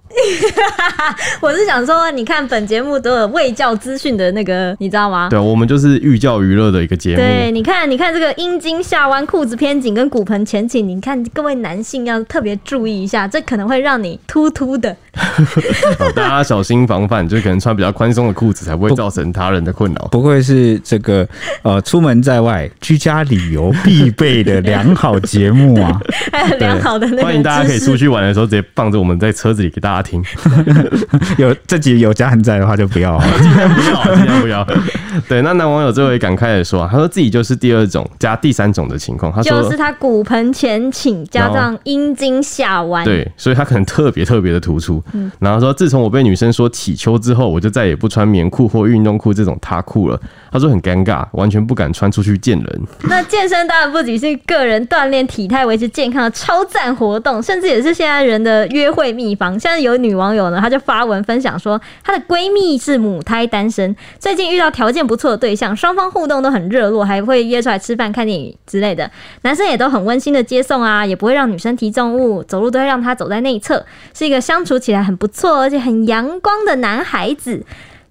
S2: 我是想说，你看本节目都有卫教资讯的那个，你知道吗？
S4: 对啊，我们就是寓教于乐的一个节
S2: 对，
S4: 目。
S2: 你看，你看这个阴茎下弯、裤子偏紧跟骨盆前倾，你看各位男性要特别注意一下，这可能会让你突突的。 *laughs*
S4: 好哦大家小心防范，就是可能穿比较宽松的裤子才不会造成他人的困
S2: *laughs*
S4: 扰。
S3: 不愧是这个呃出门在外、居家旅游必备的良好节
S2: *laughs*
S3: 目啊！
S2: 还有良好的那个
S4: 欢迎大家可以
S2: 知识
S4: 出去玩的时候直接放着我们在车子里给大家
S2: *laughs*
S4: 听，
S3: 有这集有家人在的话就不要啊，
S4: 不要啊尽量 *laughs* 不要。对，那男网友最后也感慨的说啊，他说自己就是第二种加第三种的情况。他说
S2: 就是他骨盆前倾加
S4: 然
S2: 上阴茎下弯，
S4: 对，所以他可能特别特别的突出。
S2: 嗯
S4: 然后说，自从我被女生说起秋之后，我就再也不穿棉裤或运动裤这种他裤了。他说很尴尬，完全不敢穿出去见人。
S2: *laughs* 那健身当然不仅是个人锻炼体态、维持健康的超赞活动，甚至也是现在人的约会秘方。像是有女网友呢，她就发文分享说，她的闺蜜是母胎单身，最近遇到条件不错的对象，双方互动都很热络，还会约出来吃饭、看电影之类的。男生也都很温馨的接送啊，也不会让女生提重物，走路都会让她走在内侧，是一个相处起来很不错而且很阳光的男孩子。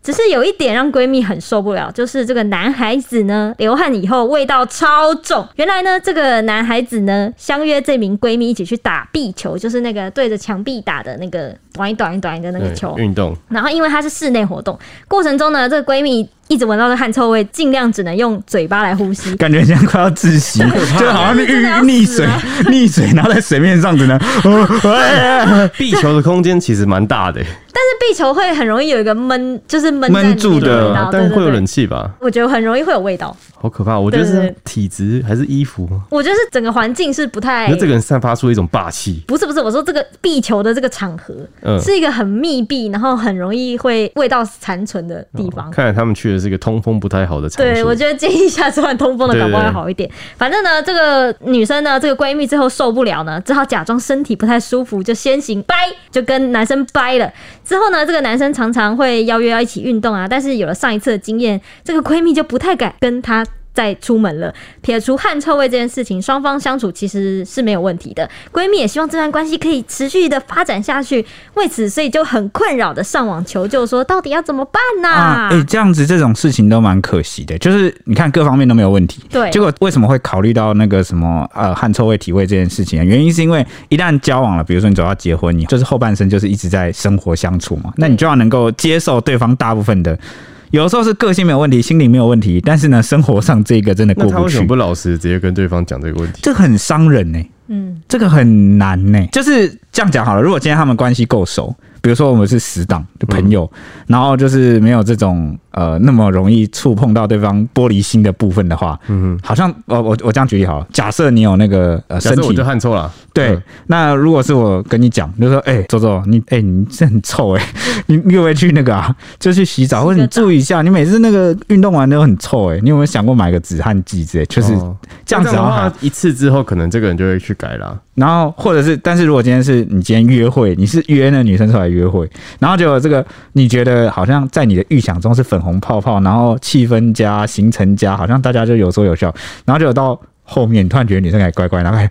S2: 只是有一点让闺蜜很受不了，就是这个男孩子呢，流汗以后味道超重。原来呢，这个男孩子呢，相约这名闺蜜一起去打壁球，就是那个对着墙壁打的那个短一短一短一的那个
S4: 对
S2: 球。
S4: 运
S2: *laughs*
S4: 动，
S2: 然后因为它是室内活动，过程中呢，这个闺蜜一直闻到这汗臭味，尽量只能用嘴巴来呼吸。
S3: 感觉像快要窒息，就好像
S2: 真的要
S3: 溺溺
S2: 死
S3: 水
S2: 了，
S3: 溺水，然后在水面上只能，呃哎
S4: 壁球的空间其实蛮大的、
S2: 但是壁球会很容易有一个闷，就是闷在
S3: 闷
S2: 里面
S3: 住的
S2: 味道
S4: 啊但
S2: 对对
S4: 会有
S2: 对
S4: 冷气吧？
S2: 我觉得很容易会有味道。
S4: 好可怕！我觉得
S2: 对对
S4: 是
S2: 对
S4: 体质还是衣服吗？
S2: 我觉得是整个环境是不太
S4: 那这个人散发出一种霸气，
S2: 不是不是，我说这个壁球的这个场合、
S4: 嗯
S2: 是一个很密闭，然后很容易会味道残存的地方。
S4: 看来他们去的是一个通风不太好的场所。
S2: 对，我觉得建议下次换通风的
S4: 对
S2: 搞不好
S4: 对
S2: 会
S4: 对
S2: 好一点。反正呢，这个女生呢，这个闺蜜最后受不了呢，只好假装身体不太舒服，就先行掰，就跟男生掰了。之后呢，这个男生常常会邀约要一起运动啊，但是有了上一次的经验，这个闺蜜就不太敢跟他。再出门了，撇除汗臭味这件事情，双方相处其实是没有问题的。闺蜜也希望这段关系可以持续的发展下去，为此所以就很困扰的上网求救，说到底要怎么办呐、
S3: 啊，哎、这样子这种事情都蛮可惜的，就是你看各方面都没有问题，
S2: 对
S3: 结果为什么会考虑到那个什么呃汗臭味体味这件事情啊？原因是因为一旦交往了，比如说你走到结婚，你就是后半生就是一直在生活相处嘛，那你就要能够接受对方大部分的。有的时候是个性没有问题，心灵没有问题，但是呢，生活上这个真的
S4: 那
S3: 过
S4: 他
S3: 不
S4: 为什
S3: 去
S4: 么，不老实直接跟对方讲这个问题？
S3: 这很伤人呢、欸
S2: 嗯，
S3: 这个很难呢、就是这样讲好了，如果今天他们关系够熟，比如说我们是死党的朋友，
S4: 嗯
S3: 然后就是没有这种呃那么容易触碰到对方玻璃心的部分的话，嗯，好像我我我这样举例好了，假设你有那个呃
S4: 假
S3: 身
S4: 设我
S3: 体
S4: 就汗臭了，
S3: 对，
S4: 嗯
S3: 那如果是我跟你讲，就说，哎、周周，你，哎、你这很臭、哎， *laughs* 你你有没有去那个啊？就去洗
S2: 洗
S3: 澡，
S2: 个
S3: 或者你
S2: 澡
S3: 注意一下，你每次那个运动完都很臭、哎，你有没有想过买个止汗剂之类？就是
S4: 哦
S3: 这样子
S4: 的
S3: 啊
S4: 话。，一次之后可能这个人就会去改啦。
S3: 然后或者是，但是如果今天是你今天约会，你是约那女生出来约会，然后结果这个你觉得好像在你的预想中是粉红泡泡，然后气氛加行程加，好像大家就有说有笑，然后结果到。后面你突然觉得女生还乖乖，然后还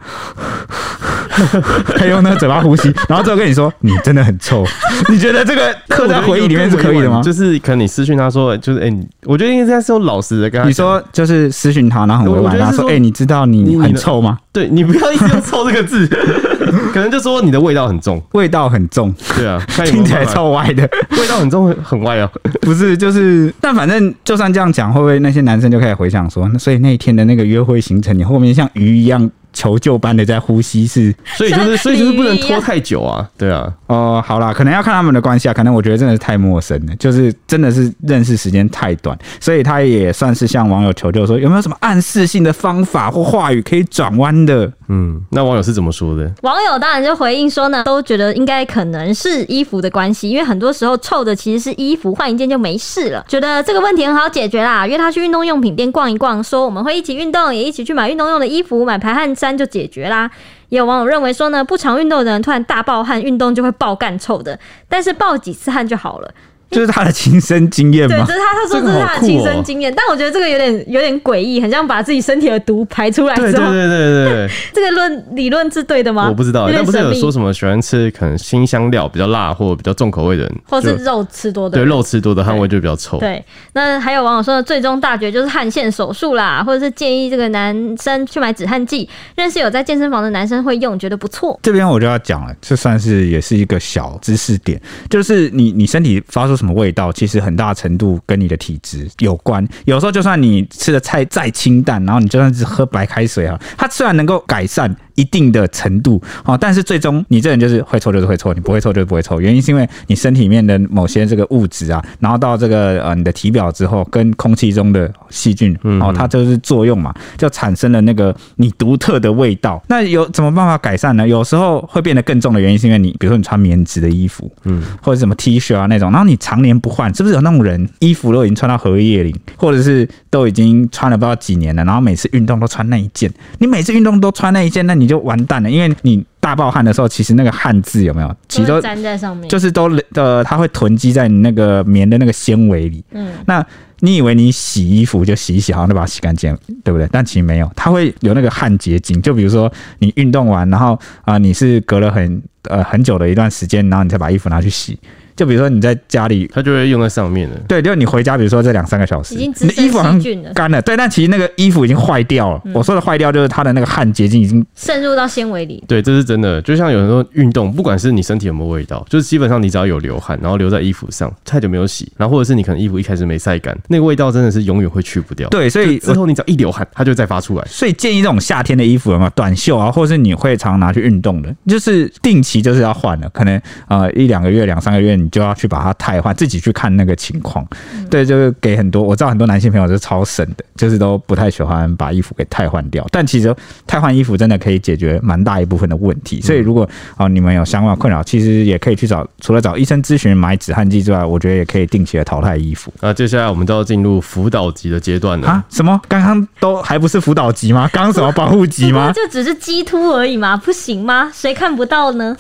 S3: 还用那个嘴巴呼吸，然后最后跟你说你真的很臭，你觉得这个刻在回忆里面是可以的吗？
S4: 就是可能你私讯他说，就是哎、你我觉得应该是用老实的跟他
S3: 你
S4: 讲
S3: 说就是私讯他，然后很委
S4: 我
S3: 婉，
S4: 觉得
S3: 然后
S4: 是
S3: 说
S4: 说
S3: 哎、你知道你
S4: 你
S3: 很
S4: 你的
S3: 臭吗？
S4: 对你不要一直用“臭”这个字， *laughs* 可能就说你的味道很重。
S3: 味道很重，
S4: 对
S3: *laughs*
S4: 啊，看有没
S3: 听
S4: 有
S3: 起来
S4: 办法
S3: 超歪的。
S4: 味道很重，很很
S2: *laughs*
S4: 歪哦。
S3: 不是，就是，但反正就算这样讲，会不会那些男生就开始回想说，那所以那一天的那个约会行程，你后面像鱼一样求救般的在呼吸是，
S4: 所以就是，所以就是不能
S2: 鲤鱼一
S4: 拖
S2: 样
S4: 太久啊。对啊，
S3: 哦、好啦，可能要看他们的关系啊，可能我觉得真的是太陌生了，就是真的是认识时间太短，所以他也算是向网友求救说，有没有什么暗示性的方法或话语可以转弯的？
S4: 嗯，那网友是怎么说的？
S2: 网友当然就回应说呢，都觉得应该可能是衣服的关系，因为很多时候臭的其实是衣服，换一件就没事了。觉得这个问题很好解决啦，约他去运动用品店逛一逛，说我们会一起运动，也一起去买运动用的衣服，买排汗衫就解决啦。也有网友认为说呢，不常运动的人突然大爆汗，运动就会爆干臭的，但是爆几次汗就好了。
S3: 就是他的亲身经验
S2: 对，
S3: 吗
S2: 这？是他他
S4: 这
S2: 说这
S4: 个
S2: 是
S4: 好
S2: 他的
S4: 酷
S2: 亲
S4: 哦
S2: 身经验，但我觉得这个有点有点诡异，很像把自己身体的毒排出来
S4: 对对
S2: 之后，
S4: 对对
S2: *laughs*
S4: 对，
S2: 这个论理论是对的吗？
S4: 我不知道，
S2: 有
S4: 但
S2: 点
S4: 不是
S2: 神
S4: 有
S2: 秘
S4: 说什么喜欢吃可能新香料比较辣或比较重口味的人，
S2: 或是
S4: 就
S2: 肉吃多的
S4: 对
S2: 人。
S4: 肉吃多的汗味就比较臭。
S2: 对，那还有网友说的最终大绝就是汗腺手术啦，或者是建议这个男生去买止汗剂，认识有在健身房的男生会用，觉得不错。
S3: 这边我就要讲了，这算是也是一个小知识点，就是你你身体发出什么味道，其实很大程度跟你的体质有关。有时候就算你吃的菜再清淡，然后你就算是喝白开水啊，它虽然能够改善一定的程度哦，但是最终你这人就是会臭就是会臭，你不会臭就是不会臭。原因是因为你身体里面的某些这个物质啊，然后到这个呃你的体表之后，跟空气中的细菌哦，它就是作用嘛，就产生了那个你独特的味道。那有怎么办法改善呢？有时候会变得更重的原因，是因为你比如说你穿棉质的衣服，嗯，或者什么 T 恤啊那种，然后你常年不换，是不是有那种人衣服都已经穿到荷叶领，或者是都已经穿了不知道几年了，然后每次运动都穿那一件，你每次运动都穿那一件，那你就完蛋了，因为你大爆汗的时候，其实那个汗渍有没有，其实
S2: 都
S3: 都
S2: 会粘在上面，
S3: 就是都呃，它会囤积在你那个棉的那个纤维里。
S2: 嗯，
S3: 那你以为你洗衣服就洗一洗，好像就把它洗干净了，对不对？但其实没有，它会有那个汗结晶。就比如说你运动完，然后啊、你是隔了很呃很久的一段时间，然后你才把衣服拿去洗。就比如说你在家里
S4: 它就会用在上面了。
S3: 对，就是你回家，比如说这两三个小时，
S2: 已经滋
S3: 你的衣服好
S2: 生细
S3: 像
S2: 菌了，嗯
S3: 干了，对，但其实那个衣服已经坏掉了。我说的坏掉就是它的那个汗结晶已经
S2: 渗入到纤维里。
S4: 对，这是真的。就像有很多运动，不管是你身体有没有味道，就是基本上你只要有流汗，然后留在衣服上，太久没有洗，然后或者是你可能衣服一开始没晒干，那个味道真的是永远会去不掉。，
S3: 对，所以
S4: 之后你只要一流汗，它就会再发出来。
S3: 所以建议这种夏天的衣服有没有短袖啊，或者是你会常拿去运动的，就是定期就是要换了，可能呃一两个月、两三个月你就要去把它汰换，自己去看那个情况。对，就是给很多我知道很多男性朋友是超省的，就是都不太喜欢把衣服给汰换掉，但其实汰换衣服真的可以解决蛮大一部分的问题。所以如果啊、呃你们有相关的困扰，其实也可以去找除了找医生咨询、买止汗剂之外，我觉得也可以定期的淘汰衣服。
S4: 那接下来我们都要进入辅导级的阶段了
S3: 啊。？什么？刚刚都还不是辅导级吗？刚刚什么保护级吗
S2: 不？就只是鸡突而已嘛，不行吗？谁看不
S4: *laughs*
S2: 到呢？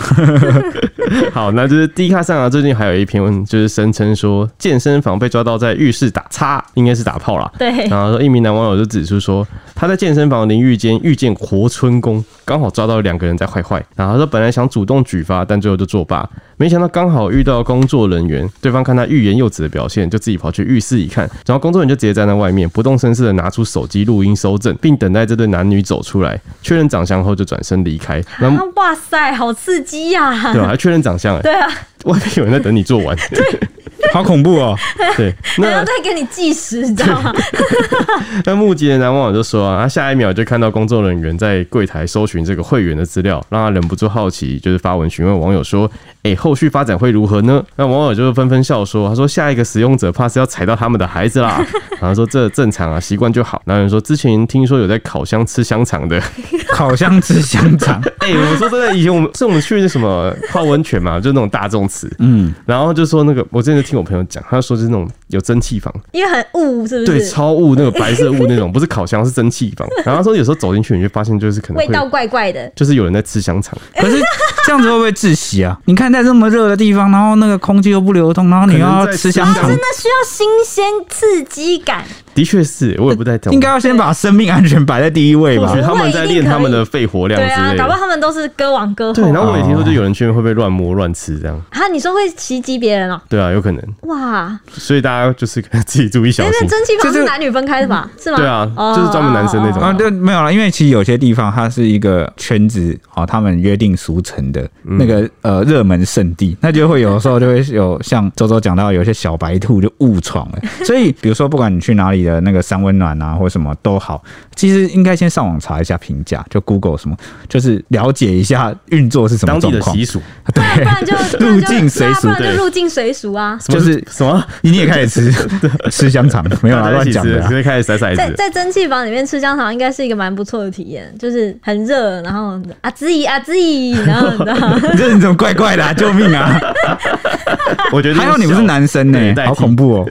S4: 好，那就是 D 卡上啊，最近还有一篇文就是声称说健身房被抓到在浴室打叉，应该是打炮啦。
S2: 对，
S4: 然后说一名男网友就指出说，他在健身房淋浴间遇见活春宫，刚好抓到两个人在坏坏。然后他说本来想主动举发，但最后就作罢。没想到刚好遇到工作人员，对方看他欲言又止的表现，就自己跑去浴室一看，然后工作人员就直接站在外面不动声色的拿出手机录音收证，并等待这对男女走出来，确认长相后就转身离开。然
S2: 啊
S4: 后，
S2: 哇塞，好刺激呀、
S4: *laughs* 对吧、还确认长相、欸，啊
S2: 对啊，
S4: 外面有人在等你做完。
S3: 好恐怖哦！
S4: *laughs* 对，
S2: 还要
S4: 那
S2: 再给你计时，你知道吗？
S4: 那目击的男网友就说啊，他下一秒就看到工作人员在柜台搜寻这个会员的资料，让他忍不住好奇，就是发文询问网友说，哎、后续发展会如何呢？那网友就纷纷笑说，他说下一个使用者怕是要踩到他们的孩子啦，然后说这正常啊，习惯就好。然后有人说之前听说有在烤箱吃香肠的，
S3: 烤箱吃香肠，
S4: 哎、我说真的，以前我们是我们去什么泡温泉嘛，就那种大众池，
S3: 嗯，
S4: 然后就说那个，我之前就听我朋友讲，他说就是那种有蒸汽房，
S2: 因为很雾，是不
S4: 对，
S2: 是？
S4: 超雾那个白色雾那种，不是烤箱，是蒸汽
S2: *laughs*
S4: 房。然后他说有时候走进去，你就发现就是可能
S2: 味
S4: 会
S2: 道怪怪的。
S4: 就是有人在吃香肠，
S3: 可是这样子会不会窒息啊？你看在这么热的地方，然后那个空气又不流通，然后你又要吃香肠，
S2: 那需要新鲜刺激感，
S4: 的确是我也不太懂，
S3: 应该要先把生命安全摆在第一位吧
S4: 或许？他们在练他们的肺活量
S2: 对
S4: 之
S2: 啊，
S4: 类
S2: 搞不好
S4: 的。
S2: 他们都是歌王歌
S4: 对，
S2: 后
S4: 然后我也听说，就有人去会不会乱摸乱吃这样？
S2: 啊！你说会袭击别人哦？
S4: 对啊，有可能，
S2: 哇，
S4: 所以大家就是可能自己注意小
S2: 因为
S4: 心。
S2: 蒸汽
S3: 就
S2: 房
S3: 是
S2: 是男女分开的吧？是吗？哦
S4: 对啊就是专门男生那种
S3: 啊，对，没有了，因为其实有些地方它是一个圈子，哦，他们约定俗成的
S4: 嗯
S3: 那个、呃热门圣地，那就会有时候就会有像周周讲到，有些小白兔就误闯了。所以，比如说不管你去哪里的那个三温暖啊，或什么都好，其实应该先上网查一下评价，就 Google 什么，就是了解一下运作是什么
S4: 当地
S3: 状
S4: 的
S3: 况
S4: 习。俗，
S2: 不然
S4: *laughs*
S2: 不然就不然就
S3: 入境随俗
S2: 对啊不然
S4: 对
S2: 就入境随俗啊！
S4: 什么
S3: 就是
S4: 什么
S3: 你也开始吃吃香肠，没有啦，
S4: 大家
S3: 啊
S4: 一
S3: 乱
S4: 起
S3: 讲
S4: 吃
S3: 的啦
S4: 直。接开始甩骰
S2: 在
S4: 子。
S2: 在蒸汽房里面吃香肠，应该是一个蛮不错的体验，就是很热，然后啊滋咦啊滋咦，然后你知道
S4: *laughs*
S2: 吗
S3: 你这人怎么怪怪的、啊？救命啊！
S4: 我觉得
S3: 还好你不是男生呢、
S4: 对代替
S3: 好恐怖哦！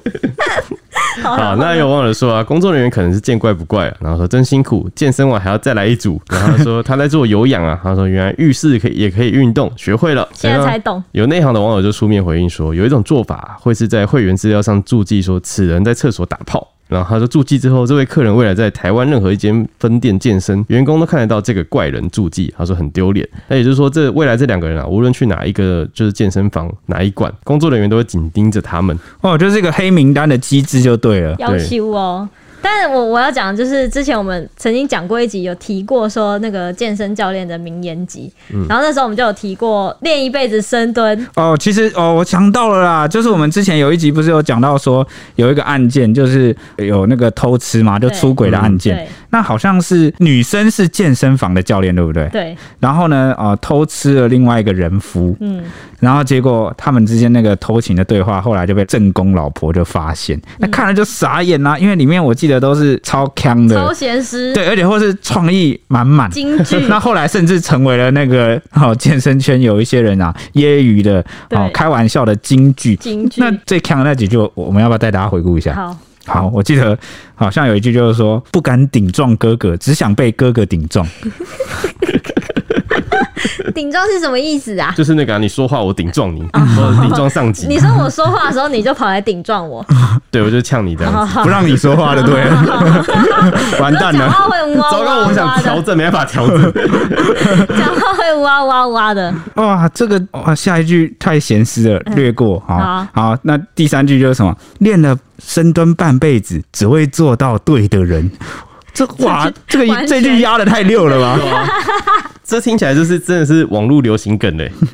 S2: 好
S4: 好，
S2: 了，
S4: 那有网友说啊，工作人员可能是见怪不怪、啊，然后说真辛苦，健身完还要再来一组。然后他说 *laughs* 他在做有氧啊，他说原来浴室可以也可以运动，学会了。
S2: 现在才懂。
S4: 有内行的网友就书面回应说，有一种做法会是在会员资料上注记说此人在厕所打炮。然后他说注记之后，这位客人未来在台湾任何一间分店健身，员工都看得到这个怪人注记，他说很丢脸。那也就是说，这未来这两个人啊，无论去哪一个就是健身房哪一馆，工作人员都会紧盯着他们。
S3: 哦，就是一个黑名单的机制就对了。
S2: 要求哦。但我我要讲，就是之前我们曾经讲过一集，有提过说那个健身教练的名言集，
S4: 嗯
S2: 然后那时候我们就有提过练一辈子深蹲，
S3: 哦，其实哦，我想到了啦，就是我们之前有一集不是有讲到说有一个案件，就是有那个偷吃嘛，就
S2: 对嗯
S3: 出轨的案件。
S2: 对
S3: 那好像是女生是健身房的教练，对不对？
S2: 对，
S3: 然后呢，呃，偷吃了另外一个人夫，
S2: 嗯，
S3: 然后结果他们之间那个偷情的对话，后来就被正宫老婆就发现，
S2: 嗯
S3: 那看了就傻眼啦、因为里面我记得都是超强
S2: 超
S3: 的，
S2: 闲师，
S3: 对，而且或是创意满满，，
S2: 京剧
S4: *laughs*
S3: 那后来甚至成为了那个哦，健身圈有一些人啊揶揄的哦
S2: 对，
S3: 开玩笑的金句。
S2: 京剧
S3: 那，最强的那几句，我我们要不要带大家回顾一下？
S2: 好，
S3: 好，我记得好像有一句就是说，不敢顶撞哥哥，只想被哥哥顶撞。
S2: 顶撞是什么意思啊？
S4: 就是那个、啊、你说话 *laughs* 我顶撞你，或者顶撞上
S2: 你
S4: 级，
S2: 说我说话的时候，你就跑来顶
S4: *laughs*
S2: 撞我，
S4: 对我就呛你这
S2: 啊
S4: 样子。
S3: 不让你说话的，对了，完蛋
S2: 讲
S3: 了。
S2: 话会哇
S4: 糟糕，
S2: 哇
S4: 我想
S2: 哇
S4: 调
S2: 的，
S4: 整，没办法调
S3: *laughs*
S4: 整。
S2: 讲话会哇哇哇的，
S3: *laughs* 哇，这个哇，下一句太咸湿了，略过。嗯好
S2: 好，
S3: 好，那第三句就是什么？练了深蹲半辈子，只为做到对的人。 *laughs* 这哇，这
S2: 完全
S3: 个这句压的太溜
S4: *laughs*
S3: 了吧？
S4: 啊这听起来就是真的是网络流行梗嘞、
S2: 嗯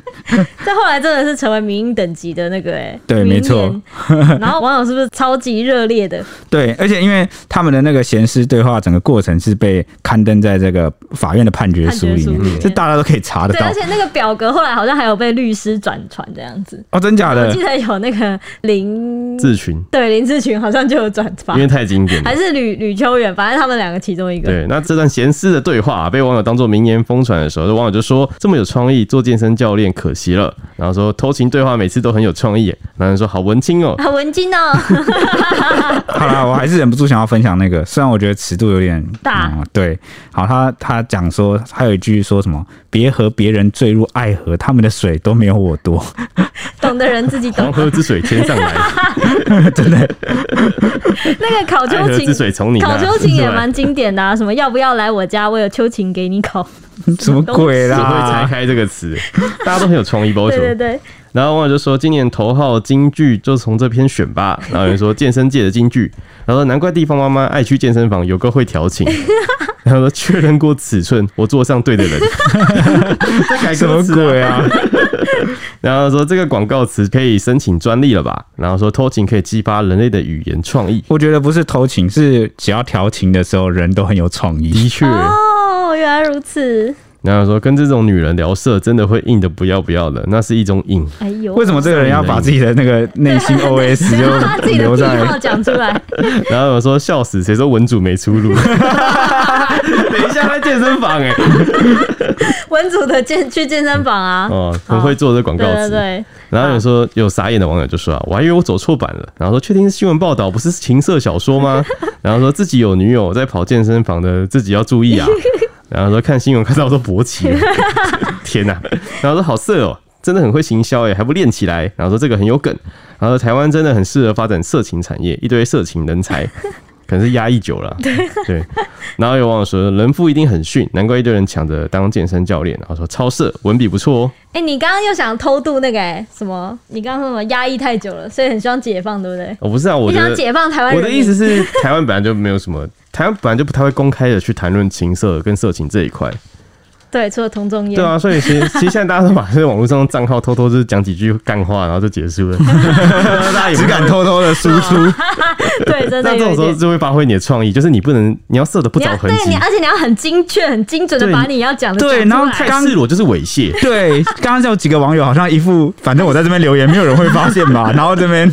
S2: 这后来真的是成为民音等级的那个哎、
S3: 对没错
S2: 名言。 *laughs* 然后网友是不是超级热烈
S4: *laughs*
S2: 的？
S3: 对，而且因为他们的那个闲诗对话，整个过程是被刊登在这个法院的判决书里
S2: 判决书里
S3: 面，
S2: 面
S3: 这大家都可以查得
S2: 对，
S3: 到
S2: 而。且那个表格后来好像还有被律师转传这样子。
S3: 哦，真假
S2: 我
S3: 的
S2: 记？得有那个林，
S4: 自群，
S2: 对林志群好像就有转发
S4: 因，为太经典了
S2: 还。是吕吕秋远，反正他们两个其中一个。
S4: 对，那这段闲适的对话啊、被网友当做名言疯传的时候，网友就说：“这么有创意，做健身教练可惜了。”然后说：“偷情对话每次都很有创意耶。”然后人说：“好文青
S2: *laughs*
S4: 哦。
S2: 啊，文静哦，
S3: 好啦，我还是忍不住想要分享那个，虽然我觉得尺度有点
S2: 大
S3: 嗯对，好，他他讲说，还有一句说什么？别和别人坠入爱河，他们的水都没有我
S2: *laughs*
S3: 多。
S2: 懂的人自己”懂
S4: 黄。河之水天上
S2: *laughs*
S4: 来，
S2: 那个考
S4: 爱河
S2: 秋
S4: 之
S2: 情， *laughs*
S4: 水从你那。
S2: 考秋情也
S4: 是吧
S2: 蛮经典的啊，什么要不要来我家，我有秋情给你烤。
S3: 什什么鬼
S4: 只会拆
S3: 啦？
S4: 开这个词，大家都很有创意，不知道为
S2: 对
S4: 什么
S2: 对对，
S4: 然后网友就说，今年头号金句就从这篇选吧。
S3: *laughs*
S4: 然后有人说健身界的金句，然后说难怪地方妈妈爱去健身房，有个会调
S3: *laughs*
S4: 情。然后说确认过尺寸，我坐上对的
S3: *laughs*
S4: 人。这改
S3: 什
S4: 歌
S3: 么
S4: 词啊
S3: 鬼啊？
S4: 然后说这个广告词可以申请专利了吧？然后说偷情可以激发人类的语言创意。
S3: 我觉得不是偷情，是只要调情的时候，人都很有创
S2: *laughs*
S3: 意。
S4: 的确，
S2: 哦，原来如此，
S4: 然后说跟这种女人聊色，真的会硬的不要不要的，那是一种瘾。
S2: 哎呦，
S3: 为
S2: *laughs*
S3: 什么这个人要把自己的那个内心 OS
S2: 然后他自
S3: 就
S2: 己的
S3: 留
S2: 癖
S3: 在
S2: 好讲出
S4: *laughs*
S2: 来，
S4: 然后我说笑死，谁说文主没出
S3: *laughs*
S4: 路？等一下在健身房哎、
S2: 文组的健去健身房 *laughs* 啊，
S4: 哦，很会做这广告
S2: 对对
S4: 词。
S2: 对，
S4: 然后有说有傻眼的网友就说啊，我还以为我走错版了，然后说确定是新闻报道，不是情色小说
S2: *laughs*
S4: 吗？然后说自己有女友在跑健身房的，自己要注意
S2: *laughs*
S4: 啊。然后说看新闻看到都勃起了，天哪、然后说好色哦。真的很会行销哎，还不练起来？然后说这个很有梗，然后说台湾真的很适合发展色情产业，一堆色情人
S2: *laughs*
S4: 才，可能是压抑久了。对，然后有网友说人夫一定很逊，难怪一堆人抢着当健身教练。然后说超色，文笔不错哦。
S2: 哎、你刚刚又想偷渡那个、哎什么？你刚刚说什么嗯压抑太久了，所以很希望解放，对不对？
S4: 我、不是啊，我
S2: 你
S4: 觉
S2: 想
S4: 得
S2: 解放台湾
S4: 我
S2: 人民？
S4: 的意思是，台湾本来就没有什么， *laughs* 台湾本来就不太会公开的去谈论情色跟色情这一块，
S2: 对，除了同中烟，
S4: 对啊，所以其实其实现在大家都把这些网络上的账号偷偷就是讲几句干话，然后就结
S2: *laughs*
S4: 束了，大家也不
S3: 只敢偷偷的输出，
S2: *laughs* 对，真
S4: 那
S2: 的
S4: 这种
S2: 有一
S4: 时候
S2: 点。
S4: 就会发挥你的创意，就是你不能你要射的不
S2: 你
S4: 着
S2: 要
S4: 痕
S2: 对
S4: 迹
S2: 你，，而且你要很精确、很精准的
S4: 对
S2: 把你要讲的
S3: 对
S2: 讲出
S3: 然后
S2: 来
S3: 太
S4: 太赤裸就是猥亵。
S3: *laughs* 对，刚刚有几个网友好像一副反正我在这边留言，没有人会发现 *laughs* 吧，然后这边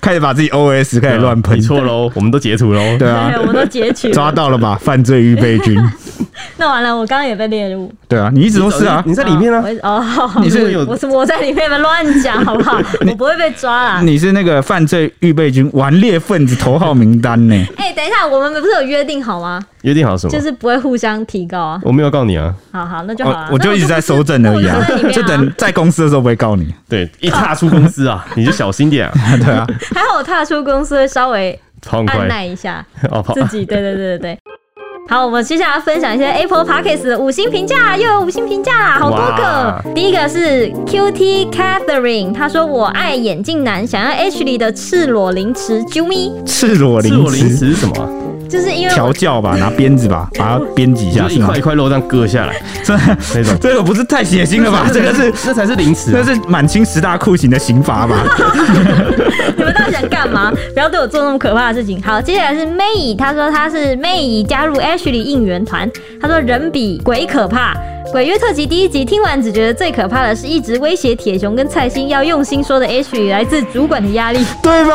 S3: 开始把自己 OS 开始乱喷
S4: 啊你，错喽，我们都截图喽。
S3: 对啊
S2: 对，，我们都
S4: *laughs*
S2: 截取了。
S3: 抓到了吧，犯罪预备 *laughs* 军，
S2: 那完了，我刚刚也被列入。
S3: 对啊，你一直都是啊
S4: 你，在里面啊
S2: 我？哦，好
S4: 你是
S2: 我是我在里面乱讲，好不好？我不会被抓啦。
S3: 你是那个犯罪预备军顽劣分子头号名单
S2: *laughs*
S3: 呢，
S2: 哎、等一下，我们不是有约定好吗？
S4: 约定好什么
S2: 就？是不会互相提高啊。
S4: 我没有告你啊，
S2: 好好，那就好
S3: 我
S2: 了。
S3: 哦我就一直在收证而已啊
S2: 那我就不是那我就在里面，
S3: *laughs* 就等在公司的时候不会告你，
S4: 对，一踏出公司啊， *laughs* 你就小心点啊，
S3: 对啊，
S2: 还好我踏出公司会稍微
S4: 跑很
S2: 按
S4: 快
S2: 耐一下
S4: 哦，跑
S2: 自己，对对对对对。好，我们接下来分享一些 Apple Podcast 的五星评价，又有五星评价啦，好多
S4: 哇
S2: 个。第一个是 QT Catherine，她说我爱眼镜男，想要 H 里的赤裸零食啾咪，
S3: 赤裸
S4: 自
S3: 零
S4: 我零
S3: 食
S4: 食是什么啊？
S2: 就是因为
S3: 调
S2: 我
S3: 教吧，拿鞭子吧，把它鞭几下
S4: 就是
S3: 是
S4: 一
S3: 吗
S4: 块一？块肉这样割下来
S3: 这
S4: 那种。
S3: 这个不是太血腥了 *laughs* 吧？这个是啊
S4: 那才是凌迟、啊
S3: 那是满清十大酷刑的刑罚吧？
S2: 你们到底想干嘛？ *laughs* 不要对我做那么可怕的事情。好，接下来是 May，她说她是 May 加入 H 里应援团，她说人比鬼可怕。鬼月特辑第一集听完，只觉得最可怕的是一直威胁铁熊跟蔡欣要用心说的 H 里来自主管的压力。
S3: 对吧？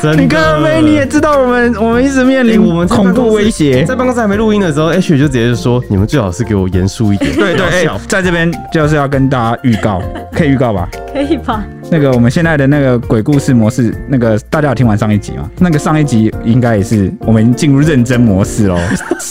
S4: 真的
S3: 你刚刚没你也知道，我们我们一直面
S4: 哎
S3: 临
S4: 我们在办
S3: 恐
S4: 公室哎
S3: 怖威胁。
S4: 在办公室还没录音的时候，H 就直接说：“你们最好是给我严肃一点。” *laughs*
S3: 对对，哎、
S4: 要笑
S3: 在这边就是要跟大家预告， *laughs* 可以预告吧？
S2: 可以吧？
S3: 那个我们现在的那个鬼故事模式，那个大家有听完上一集吗？那个上一集应该也是我们已经进入认真模
S4: *laughs*
S3: 式喽。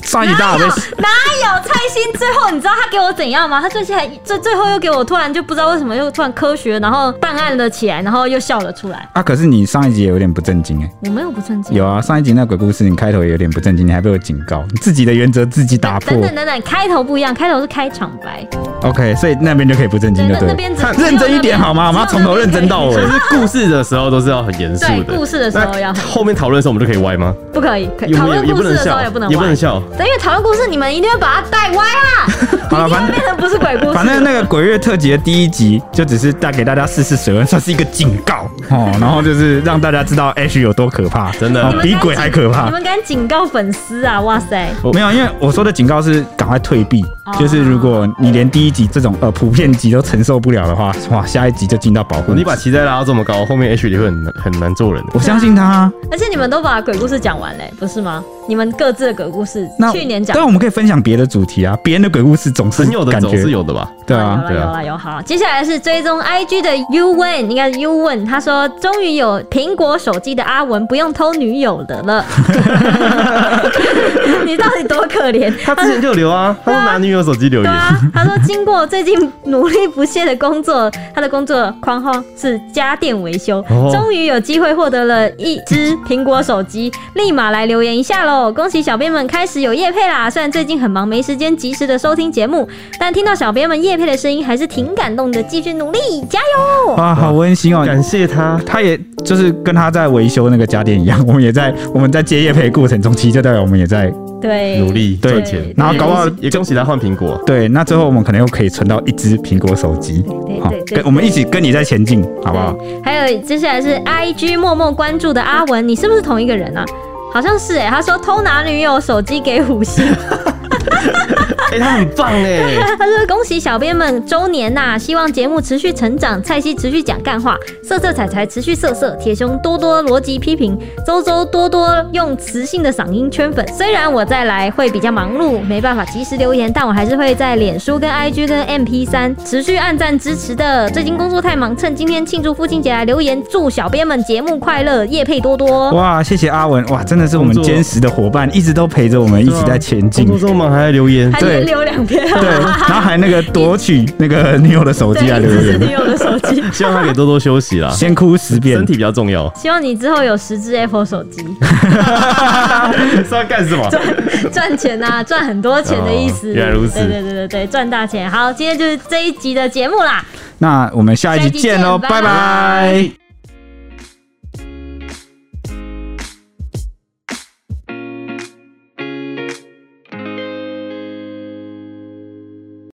S3: 上一集
S4: 哎
S3: 大家有被
S2: *laughs* 哪有蔡欣？最后你知道他给我怎样吗？他最还最最后又给我突然就不知道为什么又突然科学，然后办案了起来，然后又笑了出来。
S3: 啊，可是你上一集也有点不正经哎、
S2: 我没有不正经。
S3: 有啊，上一集那鬼故事你开头也有点不正经，你还被我警告，你自己的原则自己打破
S2: 等。等等等，开头不一样，开头是开场白。
S3: OK，所以那边就可以不正经
S2: 对，
S3: 就
S2: 那
S3: 对
S2: 那边
S3: 了。
S2: 只
S3: 认真一点好吗？我们要从头认真到。
S2: 只有那边可以
S3: 尾
S4: *laughs* 就。是故事的时候都是要很严肃的。
S2: 对故事的时候要
S4: 那后面讨论的时候我们就可以歪吗？
S2: 不可以，可
S4: 也
S2: 讨
S4: 也
S2: 论
S4: 也
S2: 故
S4: 不
S2: 事
S4: 能
S2: 的时
S4: 笑
S2: 候也，不能
S4: 也不能
S2: 玩。
S4: 笑。
S2: 对，因为讨论故事你们一定会把它带歪啊，
S3: *laughs* 好了，反
S2: 变
S3: 正。
S2: 成不是鬼故
S3: *laughs* 反
S2: 事。
S3: 正那个鬼月特辑的第一集，就只是带给大家试试水温，算是一个警 *laughs* 告哦。然后就是让大家知道 H 有多可怕，
S4: 真的
S3: 哦
S2: 你们
S3: 比鬼还可
S2: 你
S3: 怕。
S2: 们敢警告粉丝啊？哇塞！
S4: 我
S3: 没有，因为我说的警告是赶快退避，
S2: 哦
S3: 就是如果你连第一集这种呃普遍级都承受不了的话，哇，下一集就进到保护。
S4: 你把期待拉到这么高，后面 H 你会很难很难做人的。
S3: 我相信他、啊，
S2: 而且你们都把鬼故事讲完嘞，不是吗？你们各自的鬼故事
S3: 那，
S2: 去年讲
S3: 但我们可以分享别的主题啊，别人的鬼故事总是
S4: 朋友的
S3: 感
S4: 总
S3: 觉
S4: 是有的吧？
S3: 对啊
S2: 有了有了有好，接下来是追踪 IG 的 U Win，应该是 U Win，他说终于有苹果手机的阿文不用偷女友的
S3: *laughs*
S2: 了， *laughs* 你到底多可怜？
S4: 他之前就留
S2: *laughs*
S4: 啊，他都拿女友手机留
S2: 对
S4: 言，
S2: 啊，他说经过最近努力不懈的工作，他的工作（括号是家电维修），
S4: 哦
S2: 终于有机会获得了一只苹果手机，立马来留言一下喽！恭喜小编们开始有夜配啦！虽然最近很忙，没时间及时的收听节目，但听到小编们夜配的声音，还是挺感动的。继续努力，加油！
S3: 哇，好温馨
S2: 啊
S3: 哦！
S4: 感谢他。
S3: 他也就是跟他在维修那个家电一样，我们也在我们在接业配过程中，其实就代表我们也在
S2: 对，
S4: 努力
S3: 对
S4: 赚钱，
S3: 然后搞不好
S4: 也恭喜也恭喜他换苹果。
S3: 对。那最后我们可能又可以存到一只苹果手机，
S2: 对
S3: 好
S2: 对，对
S3: 跟我们一起跟你在前进，好不好？
S2: 对？还有接下来是 I G 默默关注的阿文，你是不是同一个人啊？好像是哎、他说偷拿女友手机给五星，
S4: 哎，他很棒哎， *laughs*
S2: 他说：“恭喜小编们周年呐、希望节目持续成长，蔡西持续讲干话，色色彩彩持续色色，铁熊多多逻辑批评，周周多多用磁性的嗓音圈粉。虽然我再来会比较忙碌，没办法及时留言，但我还是会在脸书跟 IG 跟 MP 三持 *laughs* 续按赞支持的。最近工作太忙，趁今天庆祝父亲节来留言，祝小编们节目快乐，夜配多多。
S3: 哇，谢谢阿文，哇，真的是我们
S4: 工作
S3: 坚实的伙伴，一直都陪着我们一起在前进。
S4: 工作这么忙还来留言
S2: 还，
S3: 对
S2: 连留两篇， *laughs*
S3: 对，然后还那个夺取那个女友的手机来啊
S2: 对，
S3: 留
S4: *laughs*
S2: 这是
S3: 言，
S2: 女友的手机。”
S4: 希望他可以多多休 *laughs* 息啦，
S3: 先哭十遍
S4: 身。体比较重要。
S2: 希望你之后有十只 Apple 手机。
S4: *laughs* 是要干什么？
S2: *laughs* 赚钱呐、赚很多钱的意思。
S4: 哦原来如此
S2: 对对对对对，赚大钱。好，今天就是这一集的节目啦。
S3: 那我们下一集见
S2: 下
S3: 喽，
S2: 一集见拜
S3: 拜拜